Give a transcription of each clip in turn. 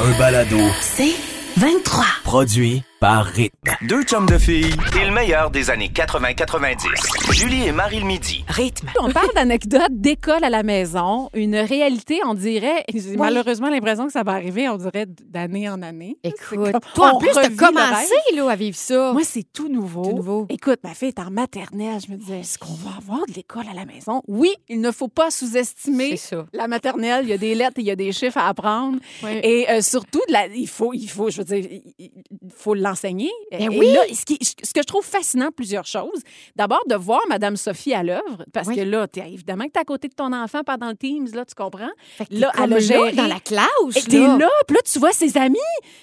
Un balado C'est 23. produit par Rythme. Deux chums de filles et le meilleur des années 80-90. Julie et Marie le midi. Rythme. On parle d'anecdotes d'école à la maison, une réalité, on dirait. J'ai malheureusement l'impression que ça va arriver, on dirait, d'année en année. Écoute, comme- toi, en on plus, t'as revit le commencé là, à vivre ça. Moi, c'est tout nouveau. Tout nouveau. Écoute, ma fille est en maternelle. Je me disais, est-ce qu'on va avoir de l'école à la maison? Oui, il ne faut pas c'est sous-estimer ça. la maternelle. Il y a des lettres, il y a des chiffres à apprendre. Et Et euh, surtout, de la- il faut, il faut, je veux dire, il- il faut l'enseigner. Ben Et oui! là, ce, qui- ce que je trouve fascinant, plusieurs choses. D'abord, de voir Madame Sophie à l'œuvre, parce Oui. que là, t'es- évidemment que t'es à côté de ton enfant pendant le Teams, là, tu comprends? fait que là, t'es comme elle a géré- dans la classe. Et t'es là, puis là, tu vois ses amis.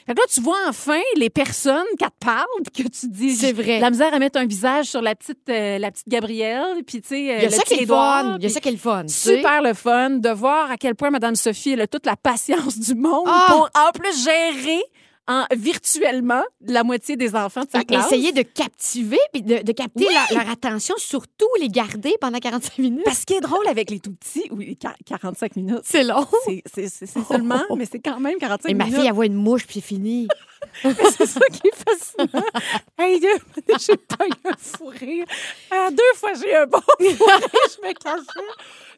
Fait que là, tu vois enfin les personnes qu'elle te parle, puis que tu dis... C'est vrai. La misère à mettre un visage sur la petite, euh, la petite Gabrielle, puis tu sais... euh, Il y le a ça qui petit est le Édouard, fun. Il y a puis- ça qui est le fun. tu sais. Super le fun de voir à quel point Madame Sophie elle a toute la patience du monde Ah! pour en plus gérer en, virtuellement la moitié des enfants de sa Et classe. essayer de captiver, puis de, de capter leur, leur attention, surtout les garder pendant 45 minutes. Parce qu'il est drôle avec les tout petits, oui, qua- 45 minutes. C'est long. C'est- C'est c'est- c'est seulement, mais c'est quand même 45 Et ma minutes. fille, elle voit une mouche, puis c'est fini. Mais c'est ça qui est fascinant. hey, Dieu, j'ai pas eu un fou rire. Euh, deux fois, j'ai eu un bon fou rire, je me cachais.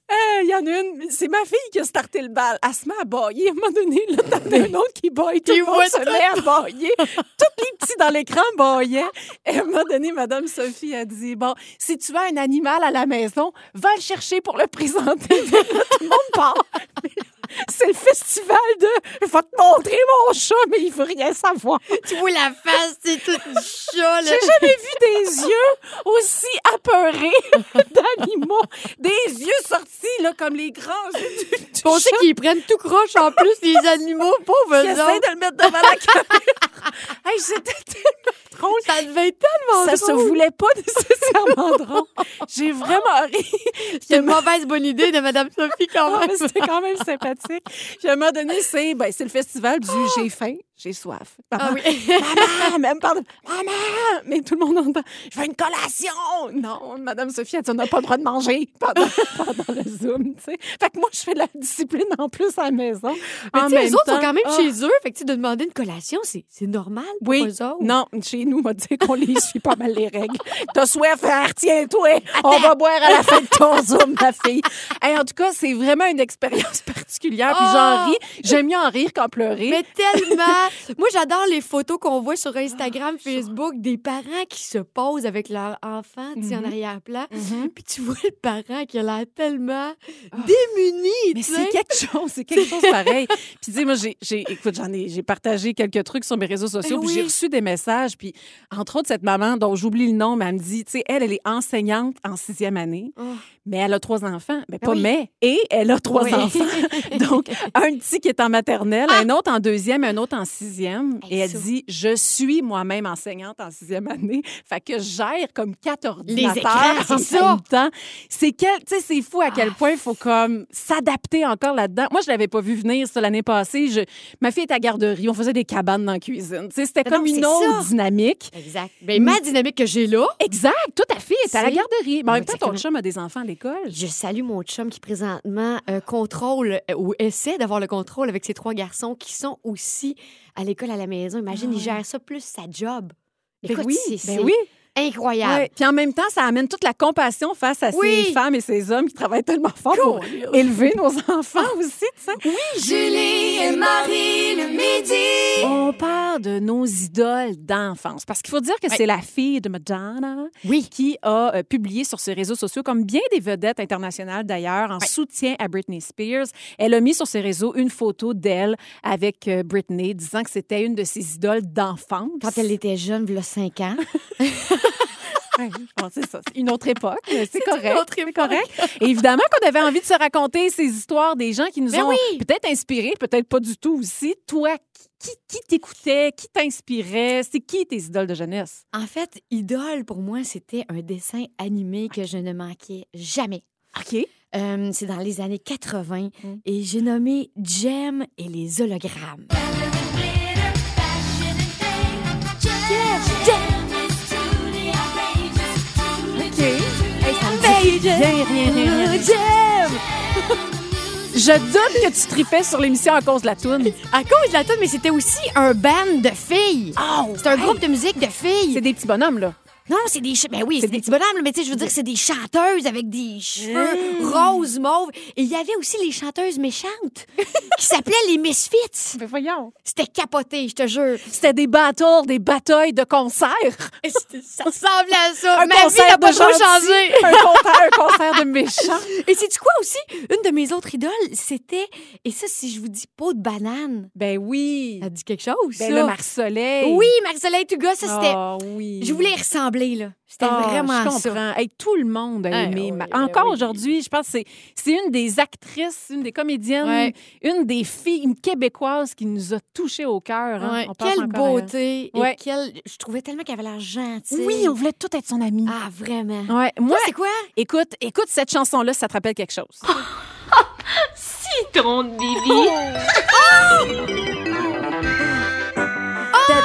Euh, Il y en a une, c'est ma fille qui a starté le bal. Elle se met à bailler. À un moment donné, là, t'en as une autre qui baille. Tout Qui le monde voit se met à bailler. Tous les petits dans l'écran baillaient. Et à un moment donné, Madame Sophie a dit, bon, si tu as un animal à la maison, va le chercher pour le présenter. Là, tout le monde part. Mais là, C'est le festival de « Je vais te montrer mon chat, mais il veut rien savoir ». tu vois la face, c'est tout chaud, là. J'ai jamais vu des yeux aussi apeurés d'animaux. Des yeux sortis, là, comme les grands yeux du, du On sait chat qu'ils prennent tout croche en plus, les animaux, pauvres qui essaient hommes. de le mettre devant la caméra. hey, c'était tellement drôle. Ça devait être tellement Ça se drôle. voulait pas nécessairement drôle. J'ai vraiment ri. C'est une mauvaise bonne idée de Madame Sophie quand Ah, même. mais c'était quand même sympathique. Puis à un moment donné, c'est ben, c'est le festival du j'ai faim, j'ai soif. Ah oui. Maman, même pardon. Maman! Mais tout le monde entend. Je veux une collation! Non, Madame Sophie, elle dit, on n'a pas le droit de manger pendant, pendant le Zoom, tu sais. Fait que moi, je fais de la discipline en plus à la maison. Mais En tu sais, les même autres temps, sont quand même ah, chez eux. Fait que tu sais, de demander une collation, c'est c'est normal pour Oui. eux autres. Non, chez nous, on va dire qu'on les suit pas mal les règles. T'as soif, ah, retiens-toi. On va boire à la fin de ton Zoom, ma fille. Hey, en tout cas, c'est vraiment une expérience particulière. Puis j'en Oh! ris. J'aime mieux en rire qu'en pleurer. Mais tellement! Moi, j'adore les photos qu'on voit sur Ah, Instagram, Facebook, des parents qui se posent avec leur enfant, tu sais, en Mhm. arrière-plan. Mhm. Puis tu vois le parent qui a l'air tellement démuni, Ah. Mais tu c'est sais. quelque chose, c'est quelque chose pareil. Puis tu sais, moi, j'ai, j'ai- écoute, j'en ai, j'ai partagé quelques trucs sur mes réseaux sociaux, Ben puis j'ai oui. reçu des messages, puis entre autres cette maman dont j'oublie le nom, mais elle me dit, tu sais, elle, elle est enseignante en sixième année, Oh. mais elle a trois enfants, mais pas Ben oui. mais, et elle a trois Oui. Ah! enfants. Donc, un petit qui est en maternelle, un autre en deuxième, un autre en sixième. Hey, et elle ça. dit, je suis moi-même enseignante en sixième année. Fait que je gère comme quatre écrans, ordinateurs c'est en ça. Ah! même temps. C'est quel, tu sais, c'est fou à quel point il faut comme s'adapter encore là-dedans. Moi, je l'avais pas vu venir ça l'année passée. Je- ma fille était à garderie, on faisait des cabanes dans la cuisine. Tu sais, c'était Mais comme Ben non, une c'est autre ça. dynamique. Exact. Ben, ma dynamique que j'ai là, Exact, toute ta fille est à la C'est- garderie. Mais en même temps, ton Exactement. chum a des enfants à l'école. je salue mon chum qui présentement euh, contrôle euh, ou essaie d'avoir le contrôle avec ses trois garçons qui sont aussi à l'école à la maison. Imagine, Ah il ouais. gère ça plus sa job. Ben Écoute, oui, c'est ben c'est oui. incroyable. Ouais. Puis en même temps, ça amène toute la compassion face à Oui. ces femmes et ces hommes qui travaillent tellement fort pour élever nos enfants aussi, tu sais. Oui, Ah. Julie et Marie le midi. On parle de nos idoles d'enfance parce qu'il faut dire que Oui. c'est la fille de Madonna Oui. qui a euh, publié sur ses réseaux sociaux, comme bien des vedettes internationales d'ailleurs, en soutien à Britney Spears. Elle a mis sur ses réseaux une photo d'elle avec euh, Britney, disant que c'était une de ses idoles d'enfance. Quand elle était jeune, il y a 5 ans. Ouais, je pense que c'est ça. C'est Une autre époque, mais c'est correct. autre c'est correct. Et évidemment qu'on avait envie de se raconter ces histoires des gens qui nous Ben ont oui. peut-être inspirés, peut-être pas du tout aussi. Toi, qui, qui t'écoutait, qui t'inspirait, c'est qui tes idoles de jeunesse? En fait, Idole, pour moi, c'était un dessin animé que je ne manquais jamais. OK. Euh, c'est dans les années 80 Mm. et j'ai nommé Jem et les hologrammes. Ben, OK. Hey, ça me dit rien, rien, rien, rien. Jem! Je doute que tu tripais sur l'émission à cause de la toune. À cause de la toune, mais c'était aussi un band de filles. Oh, C'est un groupe de musique de filles. C'est des petits bonhommes, là. Non, c'est des. ch- Ben oui, c'est des petits bonhommes, là, mais tu sais, je veux dire, c'est des chanteuses avec des cheveux roses, mauves. Et il y avait aussi les chanteuses méchantes qui s'appelaient les Misfits. Mais voyons. C'était capoté, je te jure. C'était des battles, des batailles de concerts. C'était- Ça ressemble à ça. Un Ma vie concert n'a pas de trop gentils, changé. Un concert, un concert de méchants. Et sais-tu quoi aussi? Une de mes autres idoles, c'était. Et ça, si je vous dis peau de banane, Ben oui. ça te dit quelque chose, Ben ça? le Marsoleil. Oui, Marcelin Tuga, ça, c'était. Ah oui. Je voulais y ressembler, là. C'était Ah, vraiment je ça. comprends. Hey, tout le monde a Ah, aimé. oui, Ma- ben Encore oui. aujourd'hui, je pense que c'est- c'est une des actrices, une des comédiennes, Ouais. une des filles une québécoises qui nous a touchés au cœur. hein. Ouais, On pense Quelle encore à elle. beauté. et Ouais. quelle... Je trouvais tellement qu'elle avait l'air gentille. Oui, on voulait tout être son amie. Ah, vraiment. Ouais. Moi, Moi, c'est quoi? écoute, écoute cette chanson-là, si ça te rappelle quelque chose. Ah! Citron de Bibi.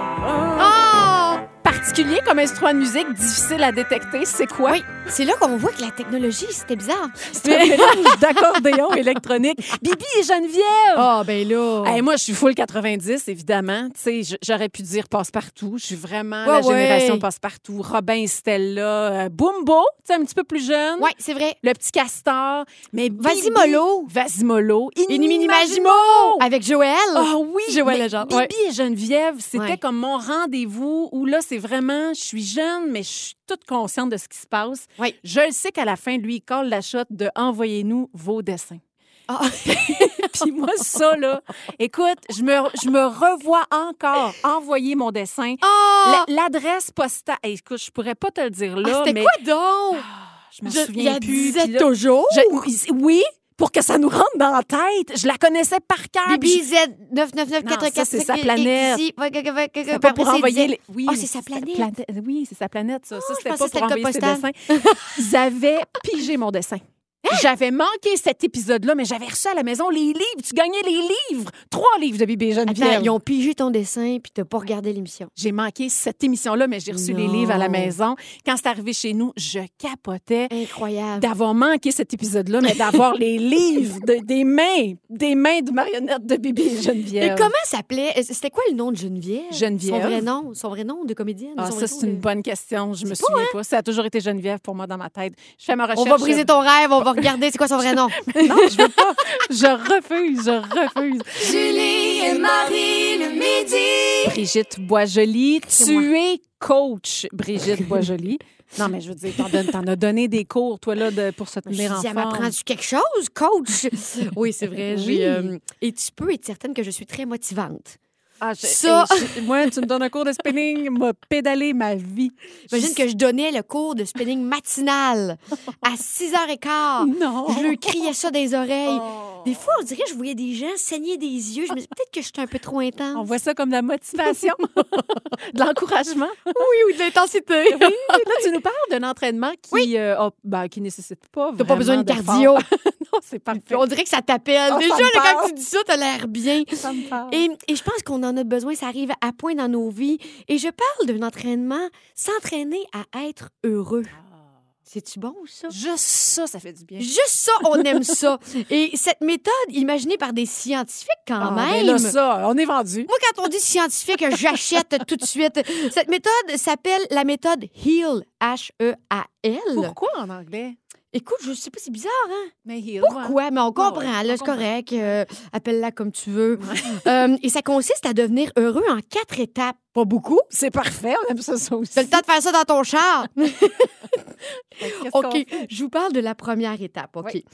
Oh! Particulier comme instrument de musique, difficile à détecter, c'est quoi? Oui, c'est là qu'on voit que la technologie, c'était bizarre. C'est un mélange d'accordéon électronique. Bibi et Geneviève! Ah, ben là. Oh. Hey, moi, je suis full 90, évidemment. Tu sais, j- j'aurais pu dire passe-partout. Je suis vraiment Ouais, la génération ouais. passe-partout. Robin, Stella, euh, Bumbo, tu sais, un petit peu plus jeune. Ouais, c'est vrai. Le petit castor. Mais Vas-y, Bibi- mollo. Vasimolo. Iniminimagimo. Avec Joël. Ah oui! Je vois mais le genre, Bibi ouais. et Geneviève, c'était Ouais. comme mon rendez-vous où là, c'est vraiment, je suis jeune, mais je suis toute consciente de ce qui se passe. Ouais. Je le sais qu'à la fin, lui, il colle la shot de Envoyez-nous vos dessins. Ah. Puis moi, ça, là, écoute, je me, je me revois encore envoyer mon dessin. Ah! La- L'adresse postale, hey, écoute, je pourrais pas te le dire Ah, là, c'était mais quoi donc? je m'en Ah, Je- souviens il plus. disait Puis là, toujours. je- oui, pour que ça nous rentre dans la tête. Je la connaissais par cœur. puis je- Bibi Z 99944. Non, ça, c'est sa planète. Euh, C'était pas pour envoyer les- Oui, Ah, mais c'est sa planète. Ah, Oui, c'est sa planète, ça. ça, c'était pas pensais que c'était pour le envoyer code ses dessins. Ils avaient pigé mon dessin. J'avais manqué cet épisode-là, mais j'avais reçu à la maison les livres. Tu gagnais les livres. Trois livres de Bibi et Geneviève. Attends, ils ont pigé ton dessin puis t'as pas regardé l'émission. J'ai manqué cette émission-là, mais j'ai reçu les Non. livres à la maison. Quand c'est arrivé chez nous, je capotais Eh, Incroyable. d'avoir manqué cet épisode-là, mais d'avoir les livres de- des mains, des mains de marionnettes de Bibi et Et Geneviève. comment s'appelait euh, C'était quoi le nom de Geneviève Geneviève. Son vrai nom, son vrai nom de comédienne. Ah, son ça, vrai c'est nom une de- bonne question. Je me souviens pas. Ça a toujours été Geneviève pour moi dans ma tête. Je fais ma recherche. On va briser ton rêve, on va regarder c'est quoi son vrai nom. Non, je veux pas. Je refuse, je refuse. Julie et Marie le midi. Brigitte Boisjoli, tu moi. es coach, Brigitte Boisjoli. Non, mais je veux dire, t'en, donnes- t'en as donné des cours, toi, là, de- pour se tenir en Ça forme. m'apprend-tu quelque chose, coach? Oui, c'est vrai. j'ai, Oui. euh, et tu peux être certaine que je suis très motivante. Ah, je- Ça. je- moi, tu me donnes un cours de spinning, m'a pédalé ma vie. Imagine que je donnais le cours de spinning matinal à 6h15. Non. Je leur criais ça des oreilles. Oh. Des fois, on dirait que je voyais des gens saigner des yeux. Je me disais peut-être que j'étais un peu trop intense. On voit ça comme de la motivation, de l'encouragement. Oui, ou de l'intensité. Et Là, tu nous parles d'un entraînement qui euh, a- ben, qui nécessite pas T'as pas vraiment besoin de d'effort. cardio. non, c'est parfait. Puis on dirait que Oh, ça t'appelle. Ah, Déjà, ça me là, quand parle. tu dis ça, t'as l'air bien. Ça me parle. Et, et je pense qu'on en a besoin, ça arrive à point dans nos vies. Et je parle d'un entraînement, s'entraîner à être heureux. C'est-tu bon, ça? Ah. Juste ça, ça fait du bien. Juste ça, on aime ça. Et cette méthode, imaginée par des scientifiques quand Ah, ben même. là, ça, on est vendu. Moi, quand on dit scientifique, j'achète tout de suite. Cette méthode s'appelle la méthode HEAL, E H-E-A-L. Pourquoi en anglais? Écoute, je sais pas, c'est bizarre, hein? Mais heal, ouais. Pourquoi? Mais on comprend, ouais, là, on c'est comprend. correct. euh, Appelle-la comme tu veux. Euh, et ça consiste à devenir heureux en quatre étapes. Pas beaucoup. C'est parfait, on aime ça, ça aussi. T'as le temps de faire ça dans ton char. Qu'est-ce qu'on OK, fait? je vous parle de la première étape, OK? Oui.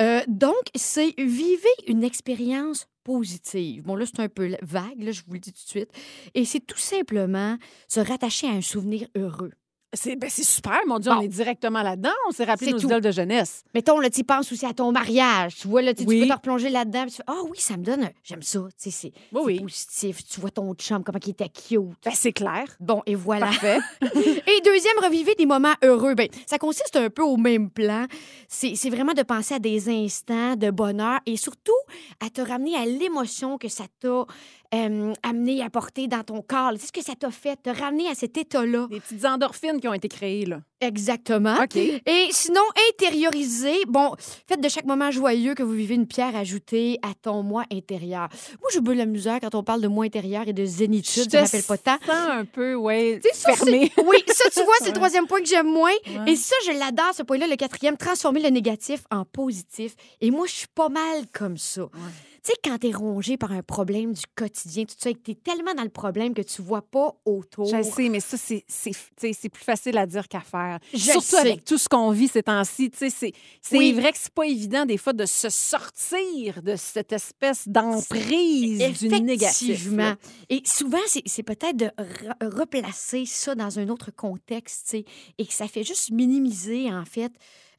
Euh, donc, c'est vivez une expérience positive. Bon, là, c'est un peu vague, là, je vous le dis tout de suite. Et c'est tout simplement se rattacher à un souvenir heureux. C'est ben, c'est super, mon Dieu, Bon. on est directement là-dedans. On s'est rappelé C'est nos tout. idoles de jeunesse. Mettons, là, tu y penses aussi à ton mariage. Tu vois, là, tu tu Oui. peux te replonger là-dedans. puis tu fais, Ah oui, ça me donne. un- J'aime ça. Tu sais, c'est Oui, c'est oui. positif. Tu vois ton chum, comment il était cute. Ben, c'est clair. Bon, et voilà. Parfait. Et deuxième, revivez des moments heureux. Ben, ça consiste un peu au même plan. C'est c'est vraiment de penser à des instants de bonheur et surtout à te ramener à l'émotion que ça t'a euh, amené, apporté dans ton corps? C'est ce que ça t'a fait, te ramener à cet état-là. Des petites endorphines qui ont été créées, là. Exactement. Ah, OK. Et sinon, intérioriser, bon, faites de chaque moment joyeux que vous vivez une pierre ajoutée à ton moi intérieur. Moi, je bois la misère quand on parle de moi intérieur et de zénitude, je ne rappelle pas tant. sens un peu, ouais, Tu sais, ça, fermé. c'est- Oui, ça, tu vois, c'est le troisième point que j'aime moins. Ouais. Et ça, je l'adore, ce point-là, le quatrième, transformer le négatif en positif. Et moi, je suis pas mal comme ça. Tu sais, quand t'es rongé par un problème du quotidien, tout ça, et que t'es tellement dans le problème que tu vois pas autour. Je sais, mais ça, c'est- c'est tu sais, c'est plus facile à dire qu'à faire. Je Surtout sais. avec tout ce qu'on vit ces temps-ci. tu sais, C'est c'est Oui. vrai que c'est pas évident, des fois, de se sortir de cette espèce d'emprise du négatif. Effectivement. là. Et souvent, c'est c'est peut-être de re- replacer ça dans un autre contexte, tu sais, et que ça fait juste minimiser, en fait,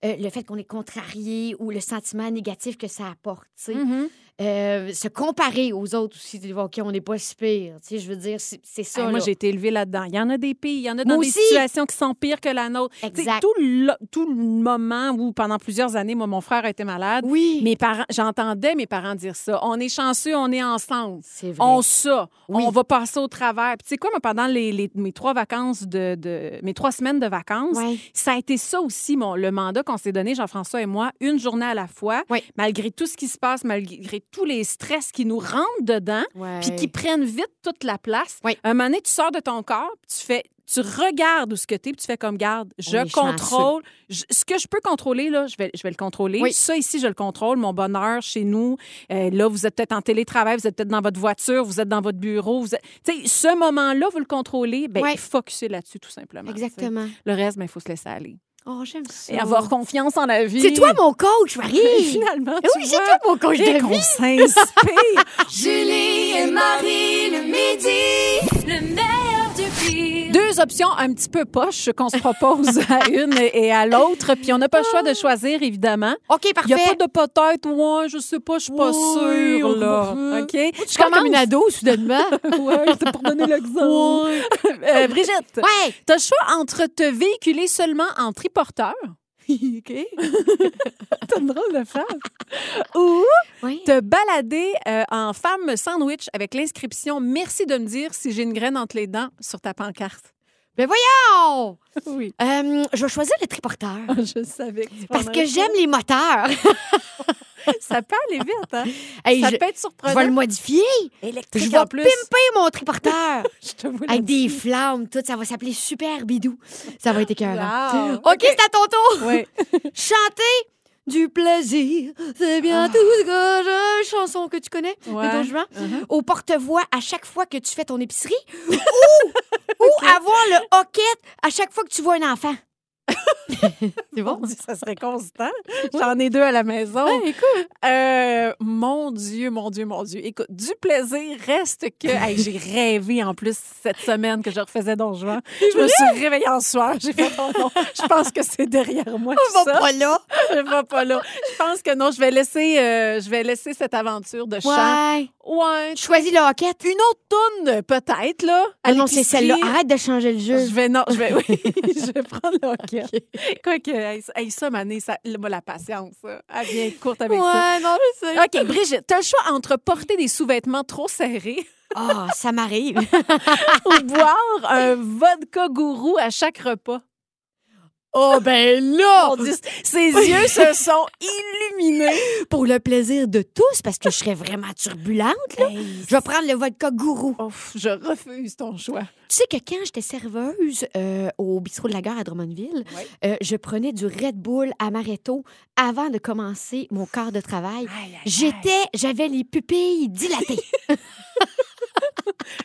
euh, le fait qu'on est contrarié ou le sentiment négatif que ça apporte, tu sais. Mhm. Euh, se comparer aux autres aussi, de voir, OK, on n'est pas si pire, tu sais, je veux dire, c'est c'est ça, Hey, moi, là. j'ai été élevée là-dedans. Il y en a des pires. Il y en a Moi dans des aussi. situations qui sont pires que la nôtre. Tu sais, Exact. Tout le, tout le moment où, pendant plusieurs années, moi, mon frère était malade, Oui, mes parents, j'entendais mes parents dire ça. On est chanceux, on est ensemble. c'est vrai. On ça, Oui. on va passer au travers. Puis tu sais quoi, moi, pendant les, les- mes trois vacances de, de- mes trois semaines de vacances, Ouais. ça a été ça aussi mon, le mandat qu'on s'est donné Jean-François et moi, une journée à la fois, Oui. malgré tout ce qui se passe, malgré tous les stress qui nous rentrent dedans, puis qui prennent vite toute la place. Oui. Un moment donné, tu sors de ton corps, puis tu fais tu regardes où ce que tu es, puis tu fais comme garde. Je est contrôle. je- ce que je peux contrôler, là, je vais, je vais le contrôler. Oui. Ça, ici, je le contrôle. Mon bonheur chez nous. Euh, là, vous êtes peut-être en télétravail, vous êtes peut-être dans votre voiture, vous êtes dans votre bureau. Vous êtes- tu sais, ce moment-là, vous le contrôlez. Bien, Oui. focussez là-dessus, tout simplement. tu sais. Exactement. Le reste, il faut se laisser aller. Oh, j'aime ça. Et avoir confiance en la vie. C'est toi, mon coach, Et Marie! Finalement, Eh tu oui, c'est vois, toi, mon coach et de qu'on vie! s'inspire. Julie et Marie, le midi, le meilleur du pire. Deux options un petit peu poches qu'on se propose à une et à l'autre, puis on n'a pas le choix de choisir, évidemment. OK, Il n'y a parfait. pas de peut-être, ouais, je sais pas, je suis pas Oui, sûre, on là. comprend. OK? Je suis comme une ado, soudainement. Ouais, c'est pour donner l'exemple. Euh, Brigitte, ouais! t'as le choix entre te véhiculer seulement en triporteur. OK? T'as une drôle de face. Ou Oui. te balader euh, en femme sandwich avec l'inscription Merci de me dire si j'ai une graine entre les dents sur ta pancarte. Oh! Oui. Euh, je vais choisir le triporteur. Je savais que tu Parce prendrais que j'aime les moteurs. Ça peut aller vite, hein? Hey, ça je, peut être je vais surprenant. le modifier. Électrique Je vais en plus. pimper mon triporteur Je te vois avec des là-dessus. flammes, tout. Ça va s'appeler Super Bidou. Ça va être écœurant. Wow. OK, c'est à ton tour. Ouais. Chanter du plaisir. C'est bien Ah. tout ce que je... Chanson que tu connais, Ouais. de Don Juan. Uh-huh. Au porte-voix à chaque fois que tu fais ton épicerie. ou ou avoir le hoquette à chaque fois que tu vois un enfant. c'est bon? Mon Dieu, Ça serait constant. J'en ai deux à la maison. Euh, mon Dieu, mon Dieu, mon Dieu. Écoute, du plaisir reste que. Hey, j'ai rêvé en plus cette semaine que je refaisais Don Juan. Je me suis réveillée en soir. J'ai fait oh non. Je pense que c'est derrière moi. tout ça. là. Je vais pas là. Je pense que non. Je vais laisser. euh, je vais laisser cette aventure de chant. Ouais. Ouais. Je choisis le hoquette. Une autre toune, peut-être, là. à Ah non, c'est l'épicerie. celle-là. Arrête de changer le jeu. Je vais, non, je vais, oui, je vais prendre le hockey. Quoique, hey, ça- hey, ça, Mané, ça, moi, la patience, là, elle vient courte avec ça. non, je sais. OK, Brigitte, t'as le choix entre porter des sous-vêtements trop serrés Ah, ça m'arrive. ou boire un vodka gourou à chaque repas. oh, ben là! Mon Dieu, ses yeux se sont illuminés. Pour le plaisir de tous, parce que je serais vraiment turbulente, là. Je vais prendre le vodka gourou. Ouf, je refuse ton choix. Tu sais que quand j'étais serveuse euh, au bistrot de la gare à Drummondville, Ouais. euh, je prenais du Red Bull amaretto avant de commencer mon quart de travail. J'étais, j'avais les pupilles dilatées.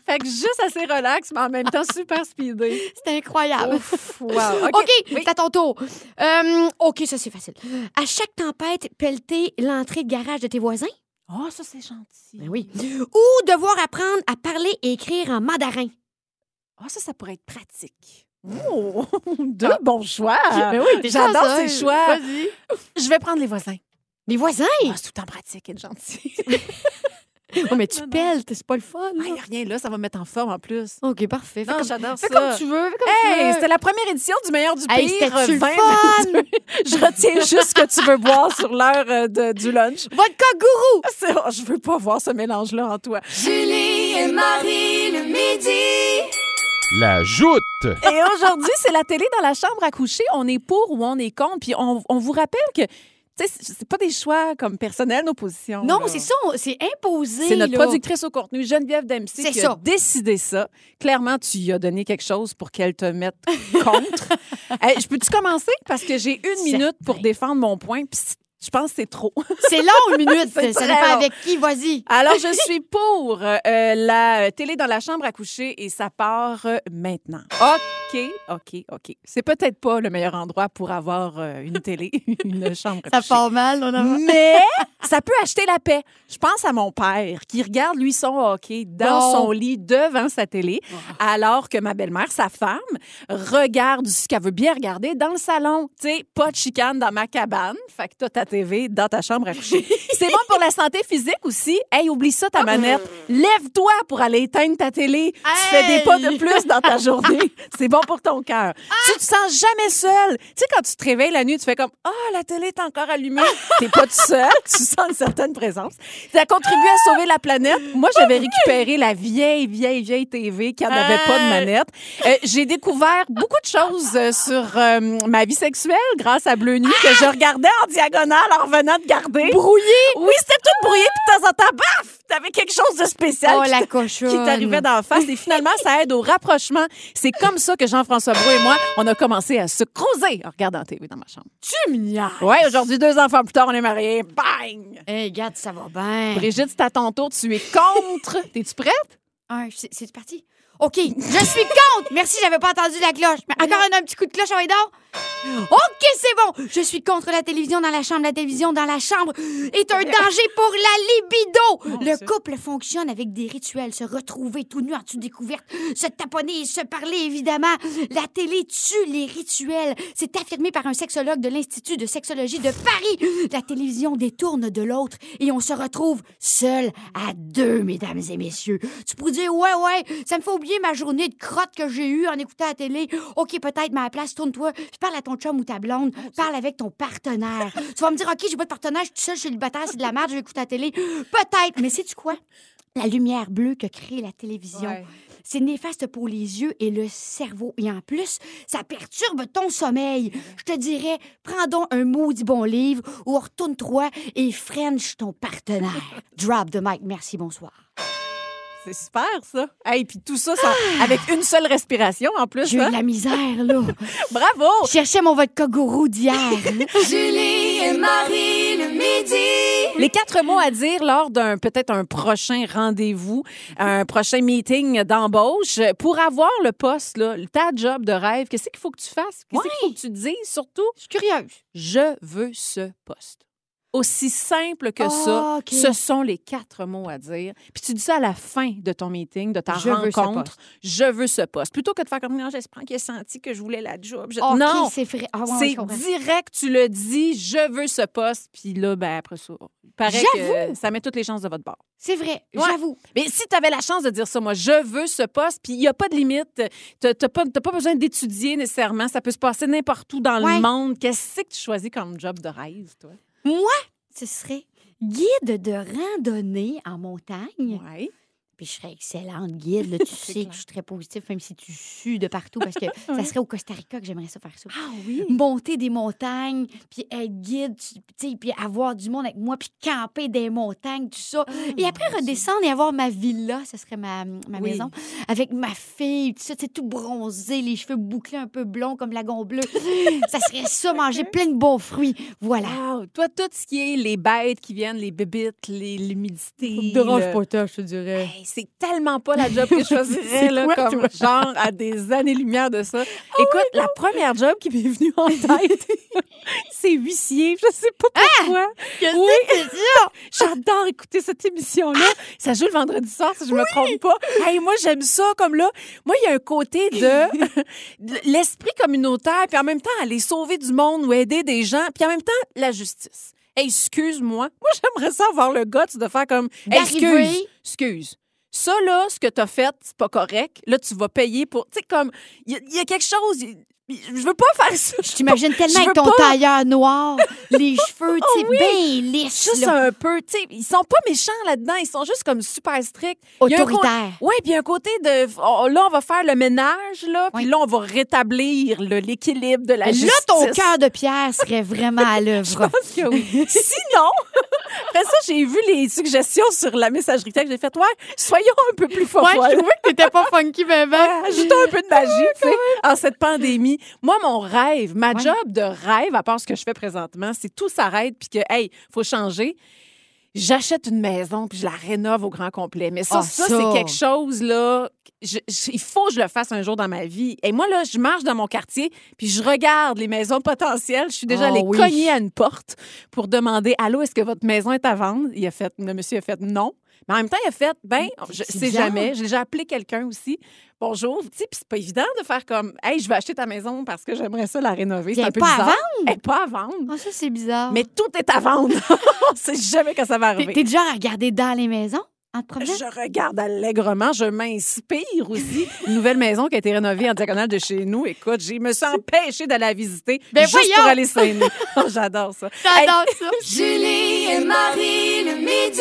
Fait que juste assez relax, mais en même temps super speedé. C'était incroyable. Ah, Ouf, wow. OK, oui. c'est à ton tour. Euh, OK, ça, c'est facile. À chaque tempête, pelleter l'entrée de garage de tes voisins? Oh, ça, c'est gentil. Ben oui. Ou devoir apprendre à parler et écrire en mandarin? Ah, ça, ça pourrait être pratique. Oh, deux bons choix. oui, J'adore ces choix. Vas-y. Je vais prendre les voisins. Les voisins? Ah, c'est tout en pratique, être gentil. Oh, mais Non, tu non. pelles, c'est pas le fun. Il là. n'y a rien là, ça va me mettre en forme en plus. OK, parfait. Fais, Non, comme, j'adore ça. fais comme tu veux. Fais comme tu Hey, veux. c'était la première édition du meilleur du Hey, pire. c'était-tu le 20. fun? je retiens juste ce que tu veux boire sur l'heure euh, de- du lunch. Vodka gourou! C'est- oh, je veux pas voir ce mélange-là en toi. Julie et Marie le midi. La joute! Et aujourd'hui, c'est la télé dans la chambre à coucher. On est pour ou on est contre. Puis on, on vous rappelle que, tu sais, c'est pas des choix comme personnels, nos positions. Non, là. c'est ça, on- c'est imposé. C'est notre là. productrice au contenu, Geneviève Dempsey, C'est qui a ça. décidé ça. Clairement, tu y as donné quelque chose pour qu'elle te mette contre. Hey, je peux-tu commencer? Parce que j'ai une minute pour Certain. défendre mon point, puis je pense que c'est trop. C'est long, une minute. C'est ça très dépend long. avec qui, vas-y. Alors, je suis pour euh, euh, la euh, télé dans la chambre à coucher et ça part euh, maintenant. OK, OK, OK. C'est peut-être pas le meilleur endroit pour avoir euh, une télé, une chambre à Ça coucher. part mal, non, non. Mais ça peut acheter la paix. Je pense à mon père qui regarde lui son hockey dans Bon. son lit devant sa télé, alors que ma belle-mère, sa femme, regarde ce qu'elle veut bien regarder dans le salon. Tu sais, pas de chicane dans ma cabane. Fait que t'as ta TV dans ta chambre à coucher. C'est bon pour la santé physique aussi. Hey, oublie ça ta manette. Lève-toi pour aller éteindre ta télé. Tu fais des pas de Hey! plus dans ta journée. C'est bon pour ton cœur. Tu te sens jamais seul. Tu sais, quand tu te réveilles la nuit, tu fais comme Ah, la télé est encore allumée. T'es pas tout seul. Tu sens une certaine présence. Ça contribué à sauver la planète. Moi, j'avais récupéré la vieille, vieille, vieille TV qui n'avait pas de manette. Euh, J'ai découvert beaucoup de choses euh, sur euh, ma vie sexuelle grâce à Bleu Nuit que je regardais en diagonale en revenant de garder. Brouillé. Oui, c'était tout brouillé, puis de temps en temps, baf! T'avais quelque chose de spécial Oh, qui la t'a- cochonne. qui t'arrivait d'en face. Et finalement, ça aide au rapprochement. C'est comme ça que Jean-François Brou et moi, on a commencé à se croiser en regardant TV dans ma chambre. Tu me niaises. Ouais, aujourd'hui, deux enfants plus tard, on est mariés. Bang! Hey, regarde, ça va bien. Hein. Brigitte, c'est à ton tour. Tu es contre. T'es-tu prête? Un, c'est Ah, c'est parti. OK, je suis contre. Merci, j'avais pas entendu la cloche. Mais encore un, un petit coup de cloche, on est dehors. OK, c'est bon. Je suis contre la télévision dans la chambre. La télévision dans la chambre est un danger pour la libido. Oh, Mon Le Dieu. couple fonctionne avec des rituels. Se retrouver tout nu en dessous des couvertes, se taponner et se parler, évidemment. La télé tue les rituels. C'est affirmé par un sexologue de l'Institut de sexologie de Paris. La télévision détourne de l'autre et on se retrouve seul à deux, mesdames et messieurs. Tu pourrais dire, ouais, ouais, ça me fait oublier ma journée de crotte que j'ai eue en écoutant la télé. OK, peut-être, mais à la place, tourne-toi, puis parle à ton chum ou ta blonde, parle avec ton partenaire. tu vas me dire, OK, j'ai pas de partenaire, je suis toute seule, je suis célibataire, c'est de la merde, je vais écouter la télé. Peut-être, mais sais-tu quoi? La lumière bleue que crée la télévision. Ouais. C'est néfaste pour les yeux et le cerveau. Et en plus, ça perturbe ton sommeil. Je te dirais, prends donc un maudit bon livre ou retourne-toi et French ton partenaire. Drop the mic. Merci, bonsoir. C'est super, ça. Et puis tout ça, ça- avec une seule respiration en plus. J'ai eu hein? de la misère, là. Bravo! Je cherchais mon vodka gourou d'hier. hein. Julie et Marie le midi. Les quatre mots à dire lors d'un peut-être un prochain rendez-vous, un prochain meeting d'embauche pour avoir le poste là, ta job de rêve. Qu'est-ce qu'il faut que tu fasses Qu'est-ce qu'il faut que tu te dises surtout Je suis curieuse. Je veux ce poste. Aussi simple que ça, Ah, OK. ce sont les quatre mots à dire. Puis tu dis ça à la fin de ton meeting, de ta Je veux ce rencontre. je veux ce poste. Plutôt que de faire comme non, j'espère qu'il a senti que je voulais la job. Je- Ok, non, c'est vrai. Ah, ouais, ouais, c'est je comprends. direct, tu le dis, je veux ce poste, puis là, ben après ça, il paraît que J'avoue. ça met toutes les chances de votre bord. C'est vrai, Ouais. j'avoue. Mais si tu avais la chance de dire ça, moi, je veux ce poste, puis il n'y a pas de limite, tu n'as pas, t'as pas besoin d'étudier nécessairement, ça peut se passer n'importe où dans le Ouais. monde. Qu'est-ce que tu choisis comme job de rêve, toi? Moi, ce serait guide de randonnée en montagne. Oui. Puis je serais excellente guide. là. tu sais que je suis très positive, même si tu sues de partout, parce que ça serait au Costa Rica que j'aimerais ça faire ça. Ah oui? Monter des montagnes, puis être guide, tu tu sais, puis avoir du monde avec moi, puis camper des montagnes, tout ça. Ah, et après redescendre et avoir ma villa, ce serait ma, ma Oui. maison, avec ma fille, tout ça, tu sais, tout bronzé, les cheveux bouclés un peu blonds comme lagon bleu. ça serait ça, manger plein de bons fruits. Voilà. Wow! Toi, tout ce qui est les bêtes qui viennent, les bébites, les- l'humidité. le- pas je te dirais. Hey, c'est tellement pas la job que je choisirais, C'est là, quoi, comme toi? genre à des années-lumière de ça. Écoute, la première job qui m'est venue en tête, Ah! c'est huissier. Je sais pas pourquoi. oui, j'adore écouter cette émission-là. Ça joue le vendredi soir, si je me trompe pas. Ah! Hey, moi, j'aime ça, comme là. Moi, il y a un côté de de l'esprit communautaire, puis en même temps, aller sauver du monde ou aider des gens, puis en même temps, la justice. Hey, excuse-moi. Moi, j'aimerais ça avoir le guts de faire comme... Hey, D'arriver. excuse, excuse. Ça, là, ce que t'as fait, c'est pas correct. Là, tu vas payer pour... Tu sais, comme, il y, a- il y a quelque chose... il- Mais Je veux pas faire ça. Je t'imagine tellement veux avec ton pas- Ah tailleur noir, les cheveux, tu sais, bien lisses, Juste là, un peu, tu sais, ils sont pas méchants là-dedans, ils sont juste comme super stricts. Il y a un côté- autoritaire. Oui, puis un côté de. on- Là, on va faire le ménage, là, puis Oui. là, on va rétablir le- l'équilibre de la Là, justice. ton cœur de pierre serait vraiment à Je l'œuvre. pense que oui. Sinon, après ça, j'ai vu les suggestions sur la messagerie texte. J'ai fait, ouais, soyons un peu plus forts. que t'étais pas funky, ben, bébé. Ajoutons un peu de magie, tu sais, en cette pandémie. Moi, mon rêve, ma Ah, Ouais. job de rêve, à part ce que je fais présentement, c'est tout s'arrête puis que, hey, faut changer. J'achète une maison puis je la rénove au grand complet. Mais ça, Ah, ça, ça. c'est quelque chose, là, que je- je- il faut que je le fasse un jour dans ma vie. Et moi, là, je marche dans mon quartier puis je regarde les maisons potentielles. Je suis déjà Ah, allée oui. cogner à une porte pour demander, allô, est-ce que votre maison est à vendre? Il a fait, le monsieur a fait non. Mais en même temps, il a fait, ben, je c'est sais bizarre. jamais. J'ai déjà appelé quelqu'un aussi. Bonjour, tu sais, puis c'est pas évident de faire comme, hey, je vais acheter ta maison parce que j'aimerais ça la rénover. C'est Elle un est peu pas à bizarre. Elle est pas à vendre. Ah, ça, c'est bizarre. Mais tout est à vendre. On sait jamais quand ça va t'es arriver. t'es du genre à regarder dans les maisons, en te promenant? Je regarde allègrement, je m'inspire aussi. Une nouvelle maison qui a été rénovée en diagonale de chez nous. Écoute, je me suis empêchée d'aller la visiter Ben juste pour voyons! aller saigner. Oh, J'adore ça. J'adore ça. Julie et Marie le midi.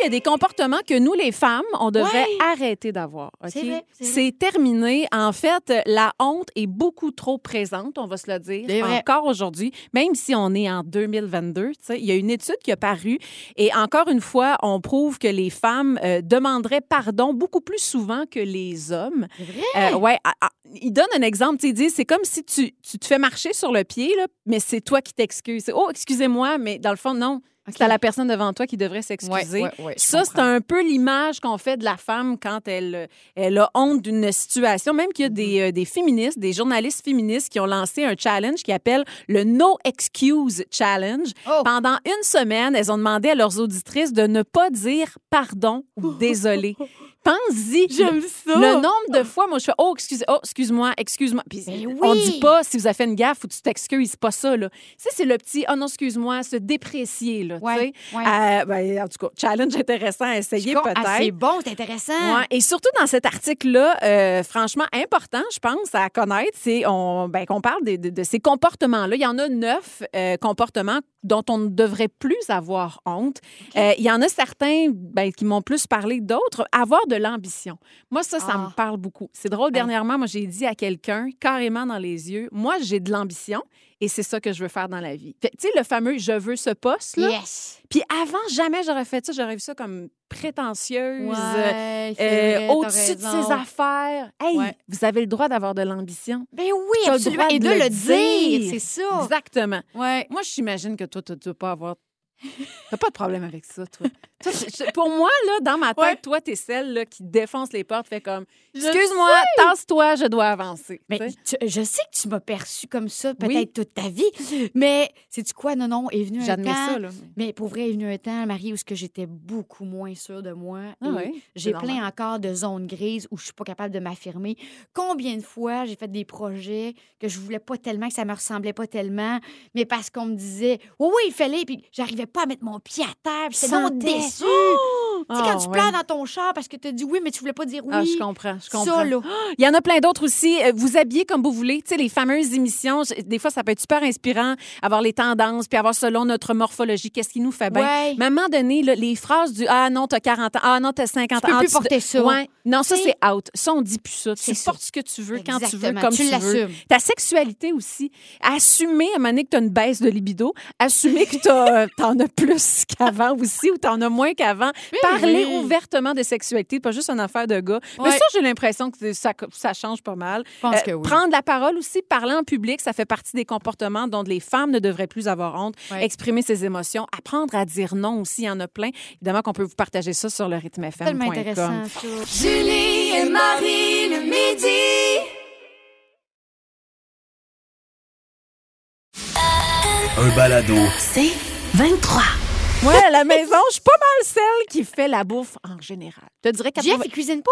Il y a des comportements que nous, les femmes, on devrait Ouais. arrêter d'avoir. ok? C'est vrai, c'est vrai. C'est terminé. En fait, la honte est beaucoup trop présente, on va se le dire, C'est vrai. encore aujourd'hui, même si on est en 2022. tu sais. Il y a une étude qui a paru et encore une fois, on prouve que les femmes euh, demanderaient pardon beaucoup plus souvent que les hommes. C'est vrai? Euh, ouais, ah, ah, il donne un exemple, tu sais, il dit, c'est comme si tu, tu te fais marcher sur le pied, là, mais c'est toi qui t'excuses. Oh, excusez-moi, mais dans le fond, non, Ok. c'est à la personne devant toi qui devrait s'excuser. Ça, c'est un peu l'image qu'on fait de la femme quand elle, elle a honte d'une situation. Même qu'il y a des, Mm-hmm. euh, des féministes, des journalistes féministes qui ont lancé un challenge qui appelle le No Excuse Challenge. Oh. Pendant une semaine, elles ont demandé à leurs auditrices de ne pas dire pardon ou désolé. Pense-y. J'aime ça. Le nombre de fois, moi, je fais Oh, excuse, oh, excuse-moi, excuse-moi. Puis Mais on Ben oui. dit pas si vous avez fait une gaffe ou tu t'excuses, c'est pas ça, là. Ça, c'est le petit Oh non, excuse-moi, se déprécier, là. tu sais. Ouais, ouais. Euh, ben, en tout cas, challenge intéressant à Je suis essayer con- Ah, c'est peut-être. bon, c'est intéressant. Ouais. Et surtout dans cet article-là, euh, franchement important, je pense, à connaître, c'est on- ben, qu'on parle des- de, de ces comportements-là. Il y en a neuf euh, comportements dont on ne devrait plus avoir honte. Euh, il y en a certains ben, qui m'ont plus parlé que d'autres. Avoir de l'ambition. Moi, ça, ça Ah. Ben. me parle beaucoup. C'est drôle, dernièrement, moi, j'ai dit à quelqu'un, carrément dans les yeux, moi, j'ai de l'ambition et c'est ça que je veux faire dans la vie. Fait que, Tu sais, le fameux « je veux ce poste », là, Yes. puis avant, jamais j'aurais fait ça. J'aurais vu ça comme prétentieuse, Ouais, euh, c'est vrai, t'as au-dessus de ses raison. affaires. Hey, Ouais. vous avez le droit d'avoir de l'ambition. Ben oui, T'as le absolument. droit Et de de le le dire, dire. c'est ça. Exactement. Ouais. Oh. Moi, j'imagine que toi, tu ne dois pas avoir... T'as pas de problème avec ça, toi. Toi, je- je- pour moi, là, dans ma tête, Ouais. toi, t'es celle là, qui défonce les portes, fait comme « Je Excuse-moi, tasse-toi, je dois avancer. » Mais Tu sais? tu- je sais que tu m'as perçu comme ça peut-être Oui. toute ta vie, mais c'est tu quoi non non est venu un J'admets temps. ça, là. Mais pour vrai est venu un temps Marie où ce que j'étais beaucoup moins sûre de moi. Ah et ouais, c'est J'ai normal. plein encore de zones grises où je suis pas capable de m'affirmer. Combien de fois j'ai fait des projets que je voulais pas tellement, que ça me ressemblait pas tellement, mais parce qu'on me disait oui oui il fallait puis j'arrivais pas à mettre mon pied à terre, puis j'étais donc Sentais. déçue. Tu sais, Ah, quand tu ouais. pleures dans ton char parce que tu as dit oui, mais tu voulais pas dire oui. Ah, je comprends, je comprends. Ça, là. Il y en a plein d'autres aussi. Euh, Vous habillez comme vous voulez. Tu sais, les fameuses émissions, je- des fois, ça peut être super inspirant, avoir les tendances, puis avoir selon notre morphologie, qu'est-ce qui nous fait bien. Ah Ouais. ben, Mais à un moment donné, là, les phrases du Ah non, t'as 40 ans, Ah non, t'as 50 Tu peux ans. plus tu- porter ça. Ouais. Non, ça, Tu sais- c'est out. Ça, on dit plus ça. Tu C'est ça. portes ce que tu veux, quand tu veux, Exactement. comme tu, Tu veux. l'assumes. Ta sexualité aussi. Assumer, à un moment donné, que t'as une baisse de libido. Assumer que t'as- euh, t'en as plus qu'avant aussi ou t'en as moins qu'avant. Parler oui. ouvertement de sexualité, pas juste une affaire de gars. Mais Ouais. ça, j'ai l'impression que ça, ça change pas mal. Je pense que oui. Euh, Prendre la parole aussi, parler en public, ça fait partie des comportements dont les femmes ne devraient plus avoir honte. Ouais. Exprimer ses émotions, apprendre à dire non aussi, il y en a plein. Évidemment qu'on peut vous partager ça sur le Tellement rythmefm.com. intéressant, ça. Julie et Marie le midi. un balado, C'est 23. Moi, à la maison, je suis pas mal celle qui fait la bouffe en général. Je te dirais Jeff, 80 il cuisine pas?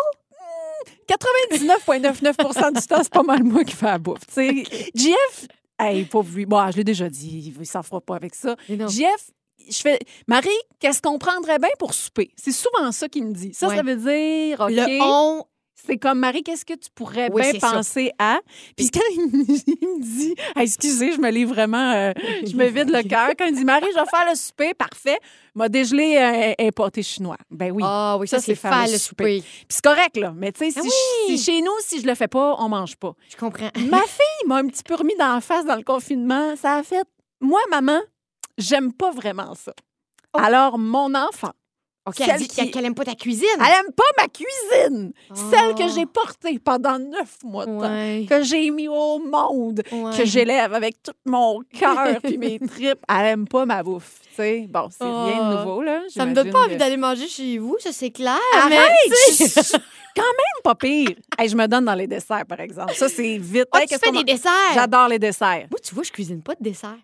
99,99 du temps, c'est pas mal moi qui fais la bouffe. tu sais. Jeff, hey, pauvre lui, bon, ah, je l'ai déjà dit, il s'en fera pas avec ça. Ah. Jeff, je fais Marie, qu'est-ce qu'on prendrait bien pour souper? C'est souvent ça qu'il me dit. Ça, ça Ouais. veut dire OK. Le on C'est comme Marie, qu'est-ce que tu pourrais Oui, bien c'est ça. penser à? Puis quand il me il me dit, Ah, excusez, je me l'ai vraiment, euh, je me vide le cœur. Quand il dit, Marie, je vais faire le souper, parfait, m'a dégelé euh, un, un pâté chinois. Ben oui. Ah oui, ça, c'est faire le souper. Puis c'est correct, là. Mais tu sais, si, Ben je- oui. si chez nous, si je le fais pas, on mange pas. Je comprends. Ma fille m'a un petit peu remis dans la face dans le confinement. Ça a fait. Moi, maman, j'aime pas vraiment ça. Alors, mon enfant, Oh. OK, Celle elle dit qui- qu'elle aime pas ta cuisine. elle aime pas ma cuisine, celle que Ah. j'ai portée pendant neuf mois de temps, Ouais, que j'ai mis au monde, ouais. que j'élève avec tout mon cœur puis mes tripes. Elle aime pas ma bouffe. tu sais. Bon, c'est rien de Ah. nouveau, là. Ça me donne pas envie j'imagine d'aller manger chez vous, ça c'est clair. Arrête! mais, tu sais, que- Quand même pas pire. Hey, je me donne dans les desserts, par exemple. Ça, c'est vite. Ah, Hey, tu qu'est-ce fais qu'on des mange? desserts. J'adore les desserts. Moi, tu vois, je cuisine pas de dessert.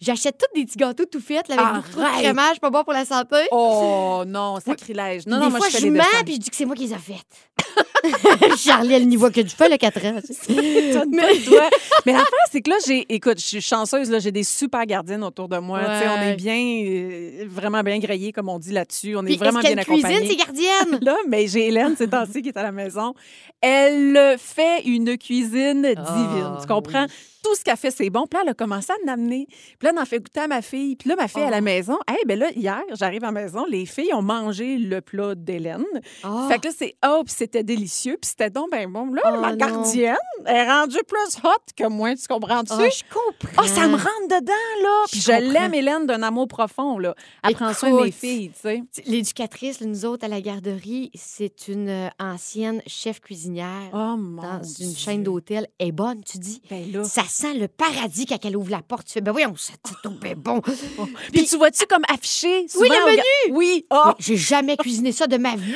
J'achète tous des petits gâteaux tout faits là, avec beaucoup trop de Arrête. crémage, pas bon pour la santé. Oh non, sacrilège. Non, des non, moi fois, je fais je les mens dessins. puis je dis que c'est moi qui les ai faites. Charlie, elle n'y voit que du feu, le 4 ans. Étonne-toi de toi. Mais l'affaire, c'est que là, j'ai, écoute, je suis chanceuse, là, j'ai des super gardiennes autour de moi. Tu sais, On Ouais. est bien, euh, vraiment bien grillés, comme on dit là-dessus. On Puis est vraiment est-ce bien qu'elle cuisine, accompagnés. ses gardiennes? Là, mais j'ai Hélène, c'est temps qui est à la maison. Elle euh, fait une cuisine divine. Ah, tu comprends? Tout ce qu'elle fait, c'est bon. Puis là, elle a commencé à l'amener. Puis là, elle en fait goûter à ma fille. Puis là, ma fille Ah. à la maison, hey, ben là, hier, j'arrive à la maison, les filles ont mangé le plat d'Hélène. Ah. Fait que là, c'est oh, puis c'était délicieux, puis c'était donc ben bon. Là, Oh, ma non. gardienne est rendue plus hot que moi, tu comprends-tu? Ah, je comprends. Ah, ça me rentre dedans, là! Puis Je je l'aime, comprends. Hélène, d'un amour profond, là. Elle prend soin de mes Écoute. filles, tu sais. L'éducatrice, là, nous autres, à la garderie, c'est une euh, ancienne chef cuisinière Oh, mon dans Dieu. une chaîne d'hôtel. Elle est bonne, tu dis? Ben là. Ça sent le paradis quand elle ouvre la porte. Tu fais, ben voyons, ça c'est tout ben bon. Puis tu vois-tu comme affiché souvent? Oui, le au ga- Oui! Oh! Mais J'ai jamais cuisiné ça de ma vie.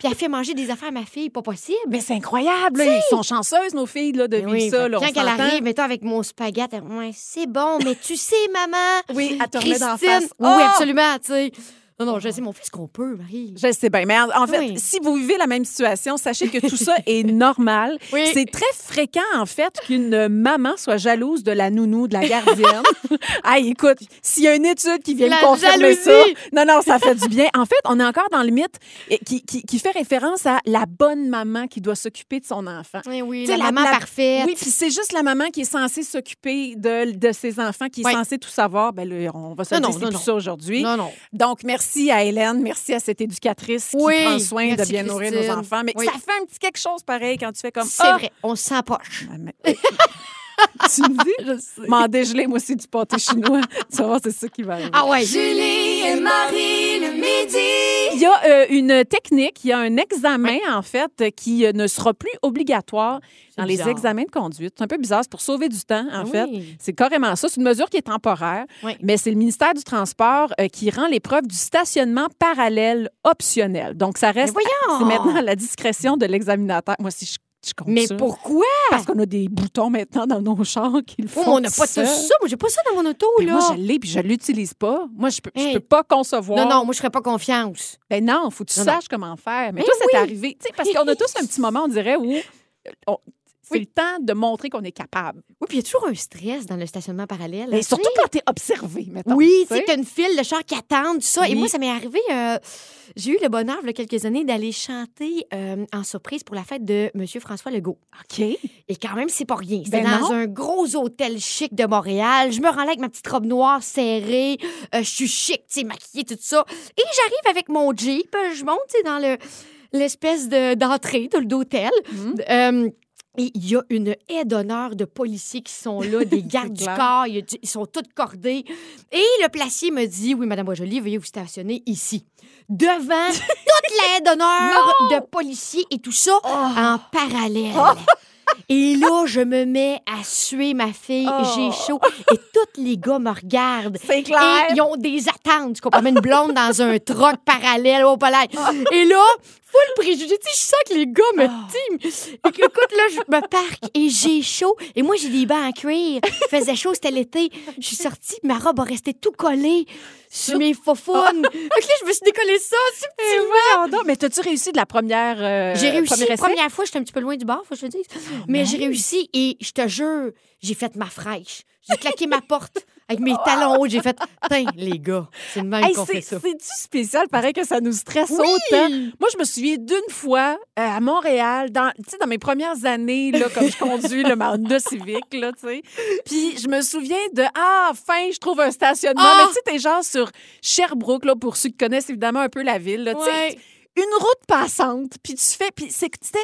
Puis elle fait manger des affaires à ma fille, pas possible. Mais c'est incroyable! là. Ils sont chanceuses, nos filles, là, de vivre Mais oui, ça. fait Là, on quand elle s'entend. arrive, mettons, avec mon spaghette, elle, ouais, c'est bon, mais tu sais, maman. Oui, elle te remet Christine, d'en face. oui, Oh! absolument, tu sais. Non, non, je sais, mon fils, qu'on peut, Marie. Je sais bien, mais en en fait, Oui. si vous vivez la même situation, sachez que tout ça est normal. Oui. C'est très fréquent, en fait, qu'une maman soit jalouse de la nounou, de la gardienne. ah, écoute, s'il y a une étude qui vient La me confirmer jalousie. ça, non, non, ça fait du bien. En fait, on est encore dans le mythe eh, qui, qui- qui fait référence à la bonne maman qui doit s'occuper de son enfant. Oui, oui, Tu la, sais, la- maman la- parfaite. Oui, puis c'est juste la maman qui est censée s'occuper de, de ses enfants, qui est Oui. censée tout savoir. Ben, là, on va se Non, le non, dire, c'est non, plus non. ça aujourd'hui. Non, non. Donc, merci à Hélène, merci à cette éducatrice Oui, qui prend soin de merci, bien nourrir nos Christine. enfants. Mais Oui. ça fait un petit quelque chose pareil quand tu fais comme C'est Ah! vrai, on s'empoche. Ah, mais- tu me dis, je sais. M'en dégeler, moi aussi, du pâté chinois. tu vas voir, c'est ça qui va arriver. Ah ouais. Julie et Marie le midi. Il y a euh, une technique, il y a un examen, en fait, qui euh, ne sera plus obligatoire dans les bizarre. examens de conduite. C'est un peu bizarre, c'est pour sauver du temps, en Oui. fait. C'est carrément ça. C'est une mesure qui est temporaire, Oui. mais c'est le ministère du Transport euh, qui rend l'épreuve du stationnement parallèle optionnel. Donc, ça reste. Mais voyons! C'est maintenant à la discrétion de l'examinateur. Moi, si je. Je compte Mais ça. pourquoi? Parce qu'on a des boutons maintenant dans nos chars qui le font. Oh, mais on n'a pas tout seul. ça. Moi, j'ai pas ça dans mon auto, Ben, là. moi, je l'ai puis je l'utilise pas. Moi, je peux, je Hey. peux pas concevoir. Non, non, moi, je ferais pas confiance. Ben non, faut que tu Non, non. saches comment faire. Mais Ben toi, ça t'est oui. arrivé. Tu sais, parce qu'on a tous un petit moment, on dirait, où euh, on- c'est Oui. le temps de montrer qu'on est capable. Oui, puis il y a toujours un stress dans le stationnement parallèle. Et hein, surtout tu sais. quand t'es observé, maintenant. Oui, tu sais, t'as une file de chars qui attendent, tout ça. Et Oui. moi, ça m'est arrivé, euh, j'ai eu le bonheur, il y a quelques années, d'aller chanter euh, en surprise pour la fête de M. François Legault. OK. Et quand même, c'est pas rien. C'était Ben dans non. un gros hôtel chic de Montréal. Je me rends là avec ma petite robe noire serrée. Euh, je suis chic, tu sais, maquillée, tout ça. Et j'arrive avec mon Jeep. Euh, Je monte, tu sais, dans le, l'espèce de, d'entrée de l'hôtel. Mhm. Euh, et il y a une haie d'honneur de policiers qui sont là, des gardes du clair. corps, il y a du- ils sont tous cordés. Et le placier me dit Oui, Madame Boisjoli, veuillez vous stationner ici, devant toute la haie d'honneur de policiers et tout Oh! ça en parallèle. Et là, je me mets à suer ma fille, Oh. j'ai chaud, et tous les gars me regardent. C'est clair. Et ils ont des attentes. Tu comprends? Une blonde dans un troc parallèle au palais. Et là, full préjugé. Tu sais, je sens que les gars me Ah. timent. Et que, écoute, là, je me parque et j'ai chaud. Et moi, j'ai des bains en cuir. Il faisait chaud, c'était l'été. Je suis sortie, ma robe a resté tout collée sur mes faufounes. Ah. Fait que là, je me suis décollée ça subtilement. Pardon, mais t'as-tu réussi de la première. euh, J'ai réussi. premier Ben La essai? première fois, j'étais un petit peu loin du bar, faut que je te dise. Mais j'ai réussi et je te jure, j'ai fait ma fraîche. J'ai claqué ma porte avec mes talons hauts. J'ai fait, tiens, les gars, c'est le même Hey, qu'on c'est- fait ça. C'est-tu spécial? Pareil que ça nous stresse Oui! autant. Moi, je me souviens d'une fois euh, à Montréal, dans, tu sais, dans mes premières années, là, comme je conduis le ma Honda Civic, là, tu sais. Puis je me souviens de Ah, enfin, je trouve un stationnement. Ah! Mais tu sais, t'es genre sur Sherbrooke, là, pour ceux qui connaissent évidemment un peu la ville, là, tu sais. Ouais. Une route passante, puis tu fais. Puis c'est que tu sais,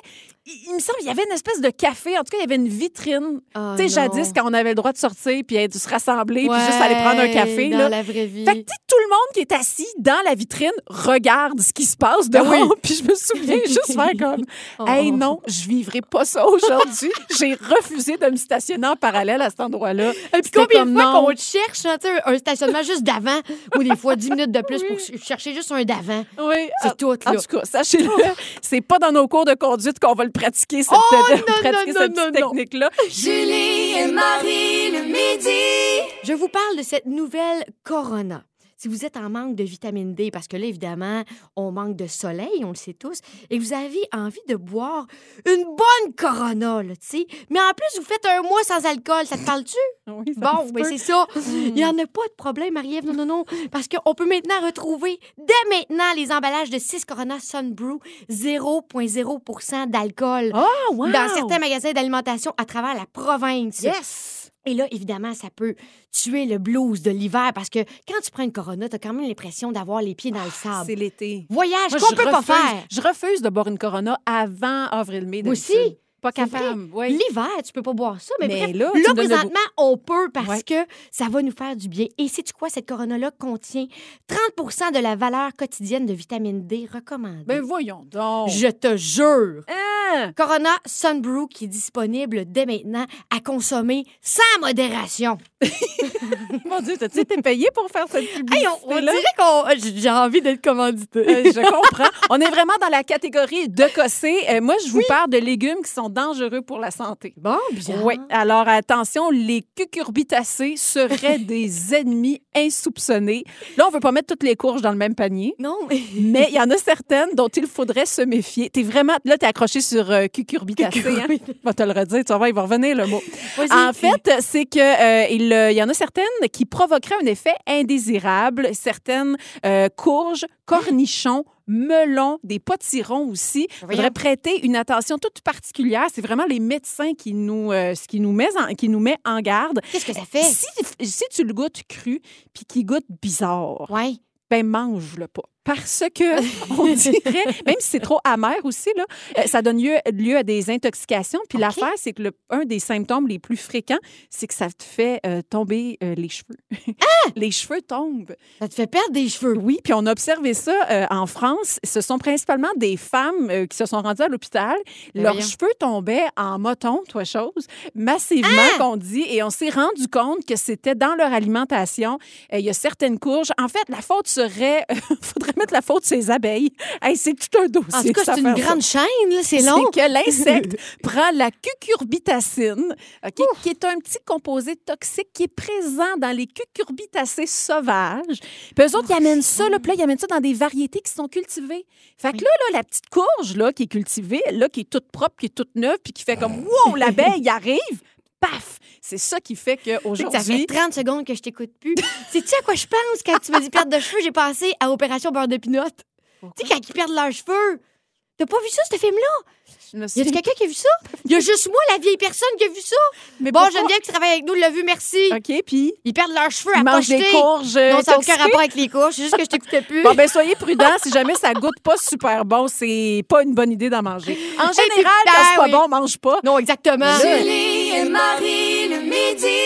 il, il me semble qu'il y avait une espèce de café, en tout cas, il y avait une vitrine. Ah, tu sais, non. jadis, quand on avait le droit de sortir, puis euh, de se rassembler, puis juste aller prendre un Ouais, café, Dans là. la vraie vie. Fait que, tu sais, tout le monde qui est assis dans la vitrine regarde ce qui se passe dehors. Ben Puis je me souviens juste faire comme Oh. Hey, non, je vivrai pas ça aujourd'hui. J'ai refusé de me stationner en parallèle à cet endroit-là. Et puis C'était combien de comme fois non. qu'on te cherche hein, tu sais, un stationnement juste d'avant ou des fois 10 minutes de plus pour ch- chercher juste un d'avant. Oui, C'est en- ah, tout, Ah, En là. tout cas, sachez-le, c'est pas dans nos cours de conduite qu'on va le pratiquer, cette, Oh, de- non, pratiquer non, cette petite non, non, non. technique-là. Julie et Marie le midi. Je vous parle de cette nouvelle Corona. Si vous êtes en manque de vitamine D, parce que là, évidemment, on manque de soleil, on le sait tous, et que vous avez envie de boire une bonne Corona, là, tu sais. Mais en plus, vous faites un mois sans alcool, ça te parle-tu? Oui, ça Bon, se mais peut. c'est ça. Il n'y en a pas de problème, Marie-Ève. Non, non, non. Parce qu'on peut maintenant retrouver, dès maintenant, les emballages de 6 Corona Sunbrew 0,0 d'alcool Ah, wow! dans certains magasins d'alimentation à travers la province. Yes! Et là, évidemment, ça peut tuer le blues de l'hiver parce que quand tu prends une Corona, t'as quand même l'impression d'avoir les pieds dans le sable. Ah, C'est l'été. Voyage Moi, Ah. qu'on je peut pas refuse- faire. Je refuse de boire une Corona avant avril-mai. Moi aussi. d'habitude. Pas C'est vrai. capable. oui. L'hiver, tu peux pas boire ça, mais, Mais bref, là, là, tu me donnes le présentement, on peut parce Ouais. que ça va nous faire du bien. Et sais-tu quoi? Cette Corona-là contient 30 de la valeur quotidienne de vitamine D recommandée. Ben voyons donc. Je te jure! Hein? Corona Sunbrew qui est disponible dès maintenant à consommer sans modération. Mon Dieu, t'as-tu été payé pour faire cette publicité Hey, on, on dirait qu'on... euh, J'ai j'ai envie d'être commandité. Euh, je comprends. On est vraiment dans la catégorie de cossé. Euh, moi, je vous parle de légumes qui sont dangereux pour la santé. Bon, bien. Oui. Alors, attention, les cucurbitacées seraient des ennemis insoupçonnés. Là, on veut pas mettre toutes les courges dans le même panier. Non, mais... Mais il y en a certaines dont il faudrait se méfier. T'es vraiment... Là, t'es accroché sur euh, cucurbitacée. hein. Je vais te le redire. Tu vas voir, il va revenir le mot. En fait, c'est que euh, il, euh, il y en a certaines qui provoqueraient un effet indésirable, certaines euh, courges, cornichons, melons, des potirons aussi. Il faudrait Voyons. prêter une attention toute particulière. C'est vraiment les médecins qui nous, euh, ce qui nous met en, qui nous met en garde. qu'est-ce que ça fait? Si, si tu le goûtes cru puis qu'il goûte bizarre, Oui. ben mange-le pas. Parce que, on dirait, même si c'est trop amer aussi, là, euh, ça donne lieu, lieu à des intoxications. Puis OK. l'affaire, c'est que le, un des symptômes les plus fréquents, c'est que ça te fait euh, tomber euh, les cheveux. les cheveux tombent. Ça te fait perdre des cheveux. Oui, puis on a observé ça euh, en France. Ce sont principalement des femmes euh, qui se sont rendues à l'hôpital. Ben Leurs voyons. cheveux tombaient en moton, toi chose, massivement Ah! qu'on dit, et on s'est rendu compte que c'était dans leur alimentation. Euh, Il y a certaines courges. En fait, la faute serait, faudrait mettre la faute sur les abeilles. Hey, c'est tout un dossier. En tout cas, cette c'est une affaire-là. grande chaîne, là, c'est long. C'est que l'insecte prend la cucurbitacine, OK, qui est un petit composé toxique qui est présent dans les cucurbitacées sauvages. Puis eux Oh, autres, ils amènent ça, là, puis là, ils amènent ça dans des variétés qui sont cultivées. Fait que là, là, la petite courge, là, qui est cultivée, là, qui est toute propre, qui est toute neuve, puis qui fait comme « Wow, l'abeille y arrive! » Paf! C'est ça qui fait Ça fait qu'aujourd'hui... 30 secondes que je t'écoute plus. Sais-tu à quoi je pense quand tu me dis perdre de cheveux? J'ai pensé à Opération Beurre de Pinot. Tu sais, quand ils perdent leurs cheveux. T'as pas vu ça, ce film-là? Y a-tu quelqu'un qui a vu ça? Y a juste moi, la vieille personne, qui a vu ça? Mais Bon, pourquoi- Geneviève qui travaille avec nous l'a vu, merci. OK, puis Ils perdent leurs cheveux à ils mangent des pocheter. courges euh, Non, ça n'a aucun toxiques. rapport avec les couches. C'est juste que je t'écoutais plus. Bon, ben soyez prudents. Si jamais ça goûte pas super bon, c'est pas une bonne idée d'en manger. En puis, général, quand c'est ben pas oui. bon, mange pas. Non, exactement. Julie et Marie le midi.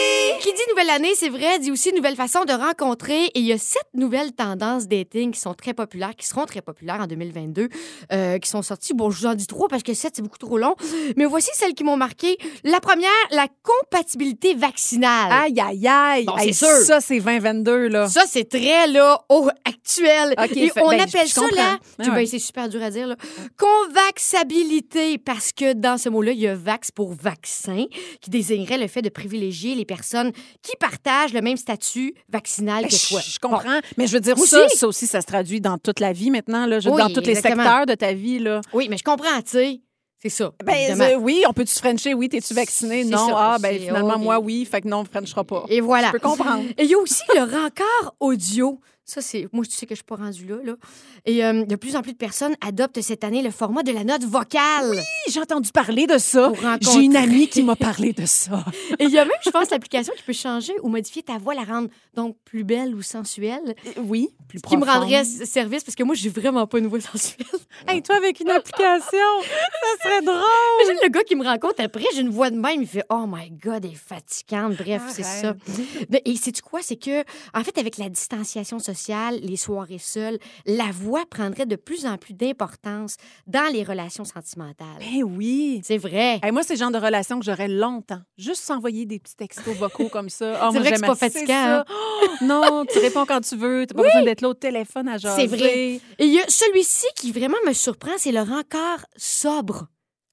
Qui dit nouvelle année, c'est vrai, dit aussi nouvelle façon de rencontrer. Et il y a sept nouvelles tendances dating qui sont très populaires, qui seront très populaires en 2022, euh, qui sont sorties. Bon, je vous en dis trois parce que sept, c'est beaucoup trop long. Mais voici celles qui m'ont marqué. La première, la compatibilité vaccinale. Aïe, aïe, aïe. Bon, Hey, c'est sûr. Ça, c'est 2022, là. Ça, c'est très, là, au actuel. OK, Et fait- on ben, je- appelle je ça, comprends. là, Ah tu- ben, ouais. c'est super dur à dire, là, convaxabilité, parce que dans ce mot-là, il y a vax pour vaccin, qui désignerait le fait de privilégier les personnes qui partagent le même statut vaccinal que Ben, Je, toi. je Bon. comprends. Mais je veux dire, Aussi. ça, ça aussi, ça se traduit dans toute la vie maintenant, là, Je- Oui, dans tous les exactement. secteurs de ta vie. Là. Oui, mais je comprends, tu sais. C'est ça. Ben évidemment. euh, oui, on peut-tu Frencher? Oui, t'es-tu vacciné? C'est Non. ça, ah, ben c'est- finalement, oh, moi, des- oui. Fait que non, on ne Frenchera pas. Et voilà. Je peux comprendre. Et il y a aussi le rencard audio. Ça, c'est. Moi, tu sais que je suis pas rendue là. là. Et euh, de plus en plus de personnes adoptent cette année le format de la note vocale. J'ai entendu parler de ça. Pour rencontrer. J'ai une amie qui m'a parlé de ça. Et il y a même, je pense, l'application qui peut changer ou modifier ta voix, la rendre donc plus belle ou sensuelle. Oui, plus Qui me profonde. rendrait s- service parce que moi, j'ai vraiment pas une voix sensuelle. Hey, toi, avec une application, ça serait drôle. Imagine le gars qui me rencontre après, j'ai une voix de même, il fait Oh my God, elle est fatigante. Bref, c'est ça. Ben, Et c'est quoi? C'est que, en fait, avec la distanciation sociale, les soirées seules, la voix prendrait de plus en plus d'importance dans les relations sentimentales. Ben oui. C'est vrai. Hey, moi, c'est le genre de relation que j'aurais longtemps. Juste s'envoyer des petits textos vocaux comme ça. Ah, C'est moi, vrai que j'aime c'est pas assez fatigant, ça. hein? Oh, non, tu réponds quand tu veux. T'as pas besoin d'être là au téléphone à jaser. C'est vrai. Et il y a celui-ci qui vraiment me surprend, c'est le rencard sobre.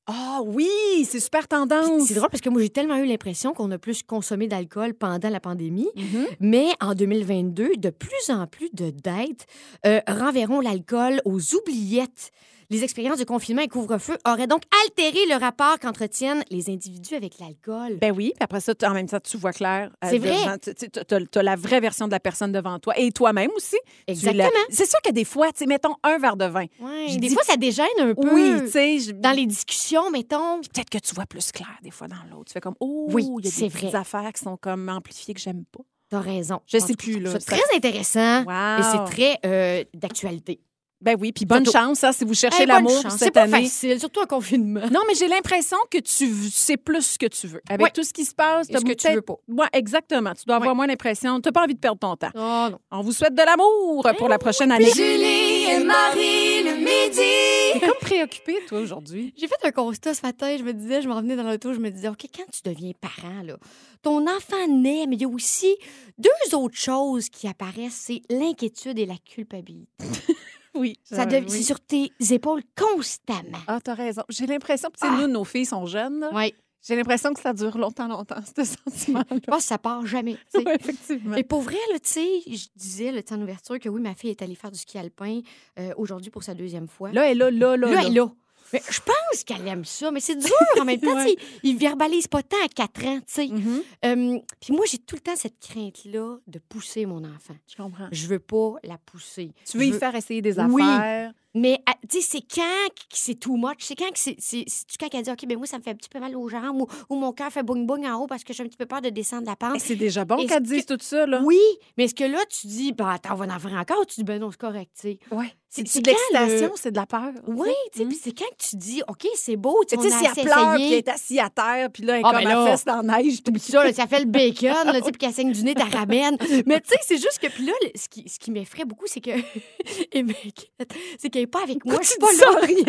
Ah oui, c'est super Puis tendance. C'est drôle parce que moi, j'ai tellement eu l'impression qu'on a plus consommé d'alcool pendant la pandémie. Mhm. Mais en 2022, de plus en plus de dates euh, renverront l'alcool aux oubliettes. Les expériences de confinement et couvre-feu auraient donc altéré le rapport qu'entretiennent les individus avec l'alcool. Ben oui, puis après ça, t- en même temps, tu vois clair. euh, C'est vrai. devant- tu- tu- T'as t'as la vraie version de la personne devant toi et toi-même aussi. Tu Exactement. la- C'est sûr que des fois, tu sais, mettons un verre de vin. Ouais, Je Des dis- fois, ça dégêne un peu. Oui, tu sais, je- Dans les discussions, mettons. peut-être que tu vois plus clair des fois dans l'autre. Tu fais comme, oh, Oui, il y a c'est des vrai. petites affaires qui sont comme amplifiées que j'aime pas. T'as raison. Je En sais tout cas, plus, là, C'est ça- très intéressant. Et Wow. c'est très euh, d'actualité. Ben oui, puis bonne Toto. chance, hein, si vous cherchez Hey, bonne l'amour chance. C'est cette pas année. facile, surtout en confinement. Non, mais j'ai l'impression que tu v- sais plus ce que tu veux. Avec Oui. tout ce qui se passe, Et t'as ce que tu peut-être- veux pas. Ouais, exactement. Tu dois avoir Oui. moins l'impression. Tu n'as pas envie de perdre ton temps. Oh non. On vous souhaite de l'amour Eh pour la prochaine année. Julie et Marie le midi. T'es comme préoccupée, toi, aujourd'hui. J'ai fait un constat ce matin. Je me disais, je m'en venais dans l'auto, je me disais, OK, quand tu deviens parent, là, ton enfant naît, mais il y a aussi deux autres choses qui apparaissent c'est l'inquiétude et la culpabilité. Ah Oui. Ça dev- C'est sur tes épaules constamment. Ah, t'as raison. J'ai l'impression, tu sais, Ah. nous, nos filles sont jeunes. là. Oui. J'ai l'impression que ça dure longtemps, longtemps, ce Je sentiment-là. pense que ça part jamais. tu sais. Ouais, effectivement. Et pour vrai, là, tu sais, je disais le temps d'ouverture que oui, ma fille est allée faire du ski alpin euh, aujourd'hui pour sa deuxième fois. Là, elle est là, là, là. Là, là. elle est là. Mais je pense qu'elle aime ça, mais c'est dur en même temps. Ouais. tu sais, Il verbalise pas tant à 4 ans, tu sais. Mhm. Euh, Puis moi, j'ai tout le temps cette crainte-là de pousser mon enfant. Je comprends. Je veux pas la pousser. Tu veux Je y faire essayer des Oui. affaires. Mais à- tu sais, c'est quand que c'est too much? C'est quand que c'est. c'est- C'est-tu quand qu'elle dit, OK, ben moi, ça me fait un petit peu mal aux jambes ou, ou mon cœur fait boing-boing en haut parce que j'ai un petit peu peur de descendre la Hey, pente? C'est déjà bon Est-ce qu'elle que- dise tout ça, là. Oui, mais est-ce que là, tu dis, ben attends, on va en faire encore? Ou tu dis, ben non, c'est correct, tu sais. Ouais. C'est- C'est c'est de quand l'excitation, le- c'est de la peur. Oui, tu sais, Mhm. puis c'est quand que tu dis, OK, c'est beau, tu Tu sais, sais, on si a elle assez pleure, puis elle essayé. est assise à terre, puis là, elle est Ah, comme ben à là. fesse dans la neige. Puis ça, là, ça fait le bacon, là, tu sais, puis qu'elle saigne du nez, t'as ramène. Mais tu sais, c'est juste que, puis là, le- ce qui, ce qui m'effraie beaucoup, c'est que. Et mec, c'est qu'elle est pas avec moi. Je suis pas là. rien.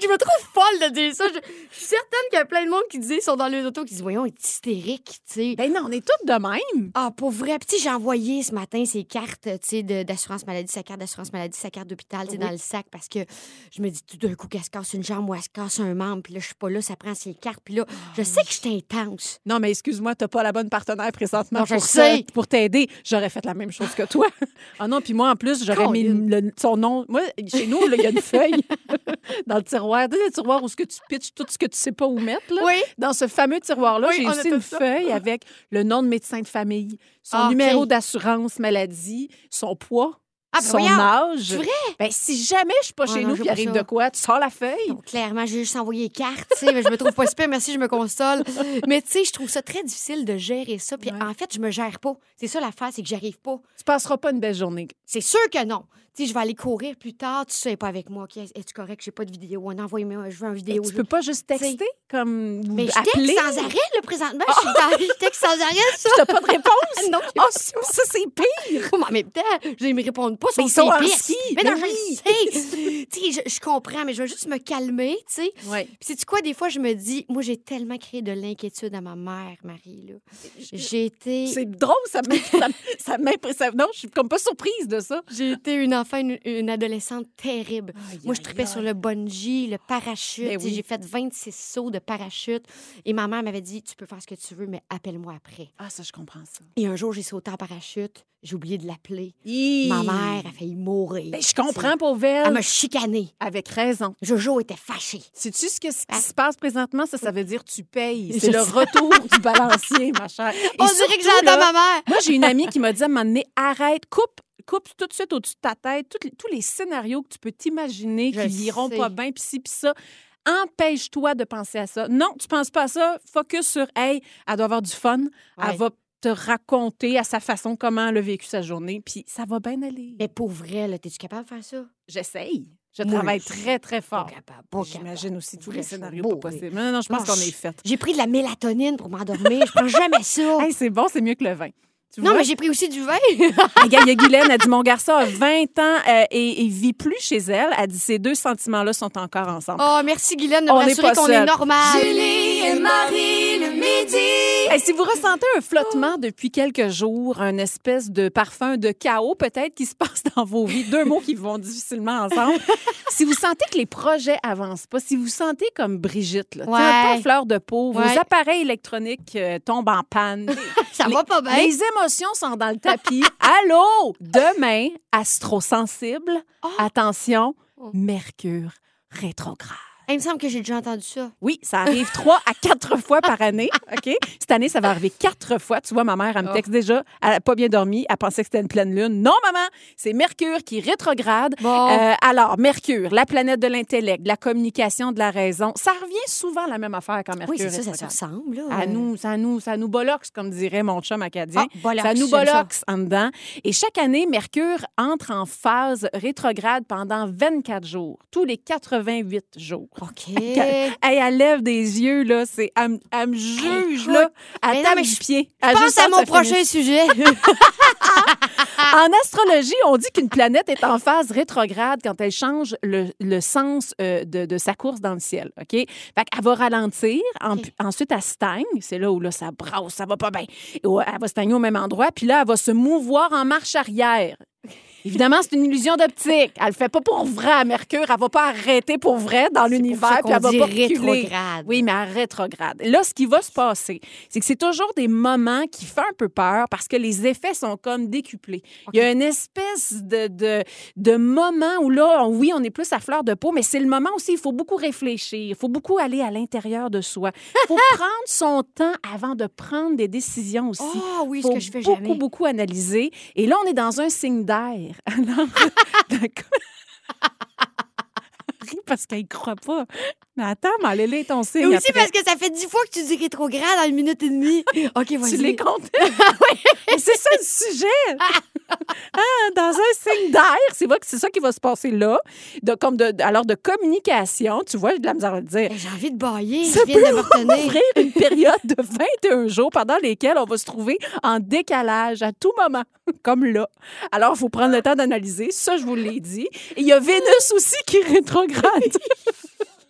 Je me trouve folle de dire ça. Je, je suis certaine qu'il y a plein de monde qui disent, sont dans les autos, qui disent, voyons, elle est hystérique, tu sais. Ben non, on est toutes de même. Ah, pour vrai. Puis, tu sais, j'ai envoyé ce matin ses cartes, tu sais, de- d'assurance maladie, sa carte d'assurance maladie, sa carte d'hôpital, tu sais, Oui. dans le sac, parce que je me dis tout d'un coup qu'elle se casse une jambe ou elle se casse un membre, puis là, je suis pas là, ça prend ses cartes, puis là, Ah, je sais que je suis intense. Non, mais excuse-moi, t'as pas la bonne partenaire présentement Non, je pour, sais. te- pour t'aider. J'aurais fait la même chose que toi. Ah non, puis moi, en plus, j'aurais mis Colin. le- son nom. Moi, chez nous, là, il y a une feuille dans le tiroir. Tu sais, le tiroir où ce que tu pitches tout ce que tu sais pas où mettre. là. Oui. Dans ce fameux tiroir-là, Oui, j'ai on a aussi tout une ça. feuille avec le nom de médecin de famille, son Ah, OK. numéro d'assurance maladie, son poids, Ah, ben son voyons. âge. C'est vrai? Ben, si jamais je suis pas Ah chez non, nous, j'ai puis pas arrive ça. de quoi, tu sors la feuille. Donc, clairement, j'ai juste envoyé les cartes, tu sais, mais je me trouve pas super, merci, je me console. Mais tu sais, je trouve ça très difficile de gérer ça. Puis Ouais. en fait, je me gère pas. C'est ça l'affaire, c'est que j'arrive pas. Tu passeras pas une belle journée. C'est sûr que non. Tu sais, je vais aller courir plus tard, tu sais, pas avec moi. OK, es-tu correct? J'ai pas de vidéo. On envoie-moi, je veux un Et vidéo. tu je- peux pas juste tu sais. texter comme ou Mais je appeler. texte sans arrêt, là, présentement. Je, suis dans- je texte sans arrêt, ça. T'as pas de réponse. non, Ah, ça, ça, c'est pire. Comment en même temps, je ne me répondent pas. Mais ils sont en ski. Ben Mais non, Mais je le sais. Tu sais, je, je comprends, mais je veux juste me calmer, tu sais. Ouais. Puis c'est quoi, des fois, je me dis, moi, j'ai tellement créé de l'inquiétude à ma mère, Marie, là. J'ai été... C'est drôle, ça me- ça me- ça m'impressionne. Non, je suis comme pas surprise de ça. J'ai été une enfant, une, une adolescente terrible. Moi, je tripais sur le bungee, le parachute. Ben Tu sais, oui. J'ai fait 26 sauts de parachute. Et ma mère m'avait dit, tu peux faire ce que tu veux, mais appelle-moi après. Ah, ça, je comprends ça. Et un jour, j'ai sauté en parachute. J'ai oublié de l'appeler. Ma mère a failli mourir. Ben, je comprends, pauvre elle. Elle m'a chicané. Avec raison. Jojo était fâché. Sais-tu ce, que- ce qui se passe présentement? Ça, ça veut dire tu payes. C'est Ah. Je le sais. retour du balancier, ma chère. Et On dirait que surtout, là, j'entends ma mère. Moi, j'ai une amie qui m'a dit à un moment donné, arrête, coupe, coupe tout de suite au-dessus de ta tête toutes les- tous les scénarios que tu peux t'imaginer Je qui n'iront sais. pas bien, puis ci, puis ça. Empêche-toi de penser à ça. Non, tu penses pas à ça. Focus sur, hey, elle doit avoir du fun. Ouais. Elle va te raconter à sa façon comment elle a vécu sa journée, puis ça va bien aller. Mais pour vrai, là, t'es-tu capable de faire ça? J'essaye. Je Moi, travaille je- très, très Pas fort. capable, pas capable. J'imagine aussi tous Vrai, les je suis scénarios pas bourrée. possibles. Non, non, je pense Non, qu'on je- est fait. J'ai pris de la mélatonine pour m'endormir. Je prends jamais ça. Hey, c'est bon, c'est mieux que le vin. Tu non, vois? mais j'ai pris aussi du vin. Regarde, il y a Guylaine, elle dit Mon garçon a 20 ans euh, et, et vit plus chez elle. Elle dit Ces deux sentiments-là sont encore ensemble. oh, merci, Guylaine, de me On est rassurer pas qu'on est seul. normal. Julie et Marie le midi. Hey, si vous ressentez un Oh. flottement depuis quelques jours, un espèce de parfum de chaos peut-être qui se passe dans vos vies, deux mots qui vont difficilement ensemble, si vous sentez que les projets avancent pas, si vous sentez comme Brigitte, là, tu sais, un peu Ouais. en fleur de peau, Ouais. vos appareils électroniques euh, tombent en panne, Ça va pas bien. Les émotions sont dans le tapis. Allô? Demain, astro-sensible, Ah. attention, Oh. Mercure rétrograde. Il me semble que j'ai déjà entendu ça. Oui, ça arrive trois à quatre fois par année. OK? Cette année, ça va arriver quatre fois. Tu vois, ma mère, elle me Oh. texte déjà. Elle n'a pas bien dormi. Elle pensait que c'était une pleine lune. Non, maman, c'est Mercure qui rétrograde. Bon. Euh, alors, Mercure, la planète de l'intellect, de la communication, de la raison. Ça revient souvent la même affaire quand Mercure oui, c'est ça, ça se rétrograde. ressemble. Là. À nous, ça nous, ça nous boloxe, comme dirait mon chum acadien. Ah, bollocks, ça nous j'aime ça. boloxe en dedans. Et chaque année, Mercure entre en phase rétrograde pendant 24 jours, tous les 88 jours. OK. Hey, elle lève des yeux, là, c'est, elle, me- elle me juge, Écoute, là, mais elle non, tape mais du je pied. Je Elle pense juste à hâte mon que ça finisse. prochain sujet. En astrologie, on dit qu'une planète est en phase rétrograde quand elle change le, le sens euh, de, de sa course dans le ciel. OK? Fait qu'elle va ralentir. en- OK. Ensuite, elle stagne. C'est là où là, ça brasse, ça va pas bien. Et ouais, Elle va stagner au même endroit. Puis là, elle va se mouvoir en marche arrière. Évidemment, c'est une illusion d'optique. Elle le fait pas pour vrai à Mercure. Elle va pas arrêter pour vrai dans l'univers. C'est Puis pour ça elle qu'on va dit pas reculer. rétrograde. Oui, mais elle rétrograde. Là, ce qui va se passer, c'est que c'est toujours des moments qui font un peu peur parce que les effets sont comme décuplés. Il y a une espèce de, de, de moment où là, on- oui, on est plus à fleur de peau, mais c'est le moment aussi, il faut beaucoup réfléchir, il faut beaucoup aller à l'intérieur de soi. Il faut prendre son temps avant de prendre des décisions aussi. Ah oui, ce Faut que je fais beaucoup, jamais. beaucoup analyser. Et là, on est dans un signe d'air. Alors, d'accord. Ris parce qu'elle y croit pas. Mais attends, mais elle est là, ton signe. Et aussi après. parce que ça fait dix fois que tu dis rétrograde en une minute et demie. OK, vas-y. Tu les comptes. Mais c'est ça le sujet. Hein, dans un signe d'air, c'est vrai que c'est ça qui va se passer là. De, comme de, de- alors, de communication, tu vois, j'ai de la misère à le dire. Hey, J'ai envie de bailler. Ça Je viens de me Ouvrir retenir. une période de 21 jours pendant lesquels on va se trouver en décalage à tout moment, comme là. Alors, il faut prendre le temps d'analyser. Ça, je vous l'ai dit. Et il y a Vénus aussi qui rétrograde.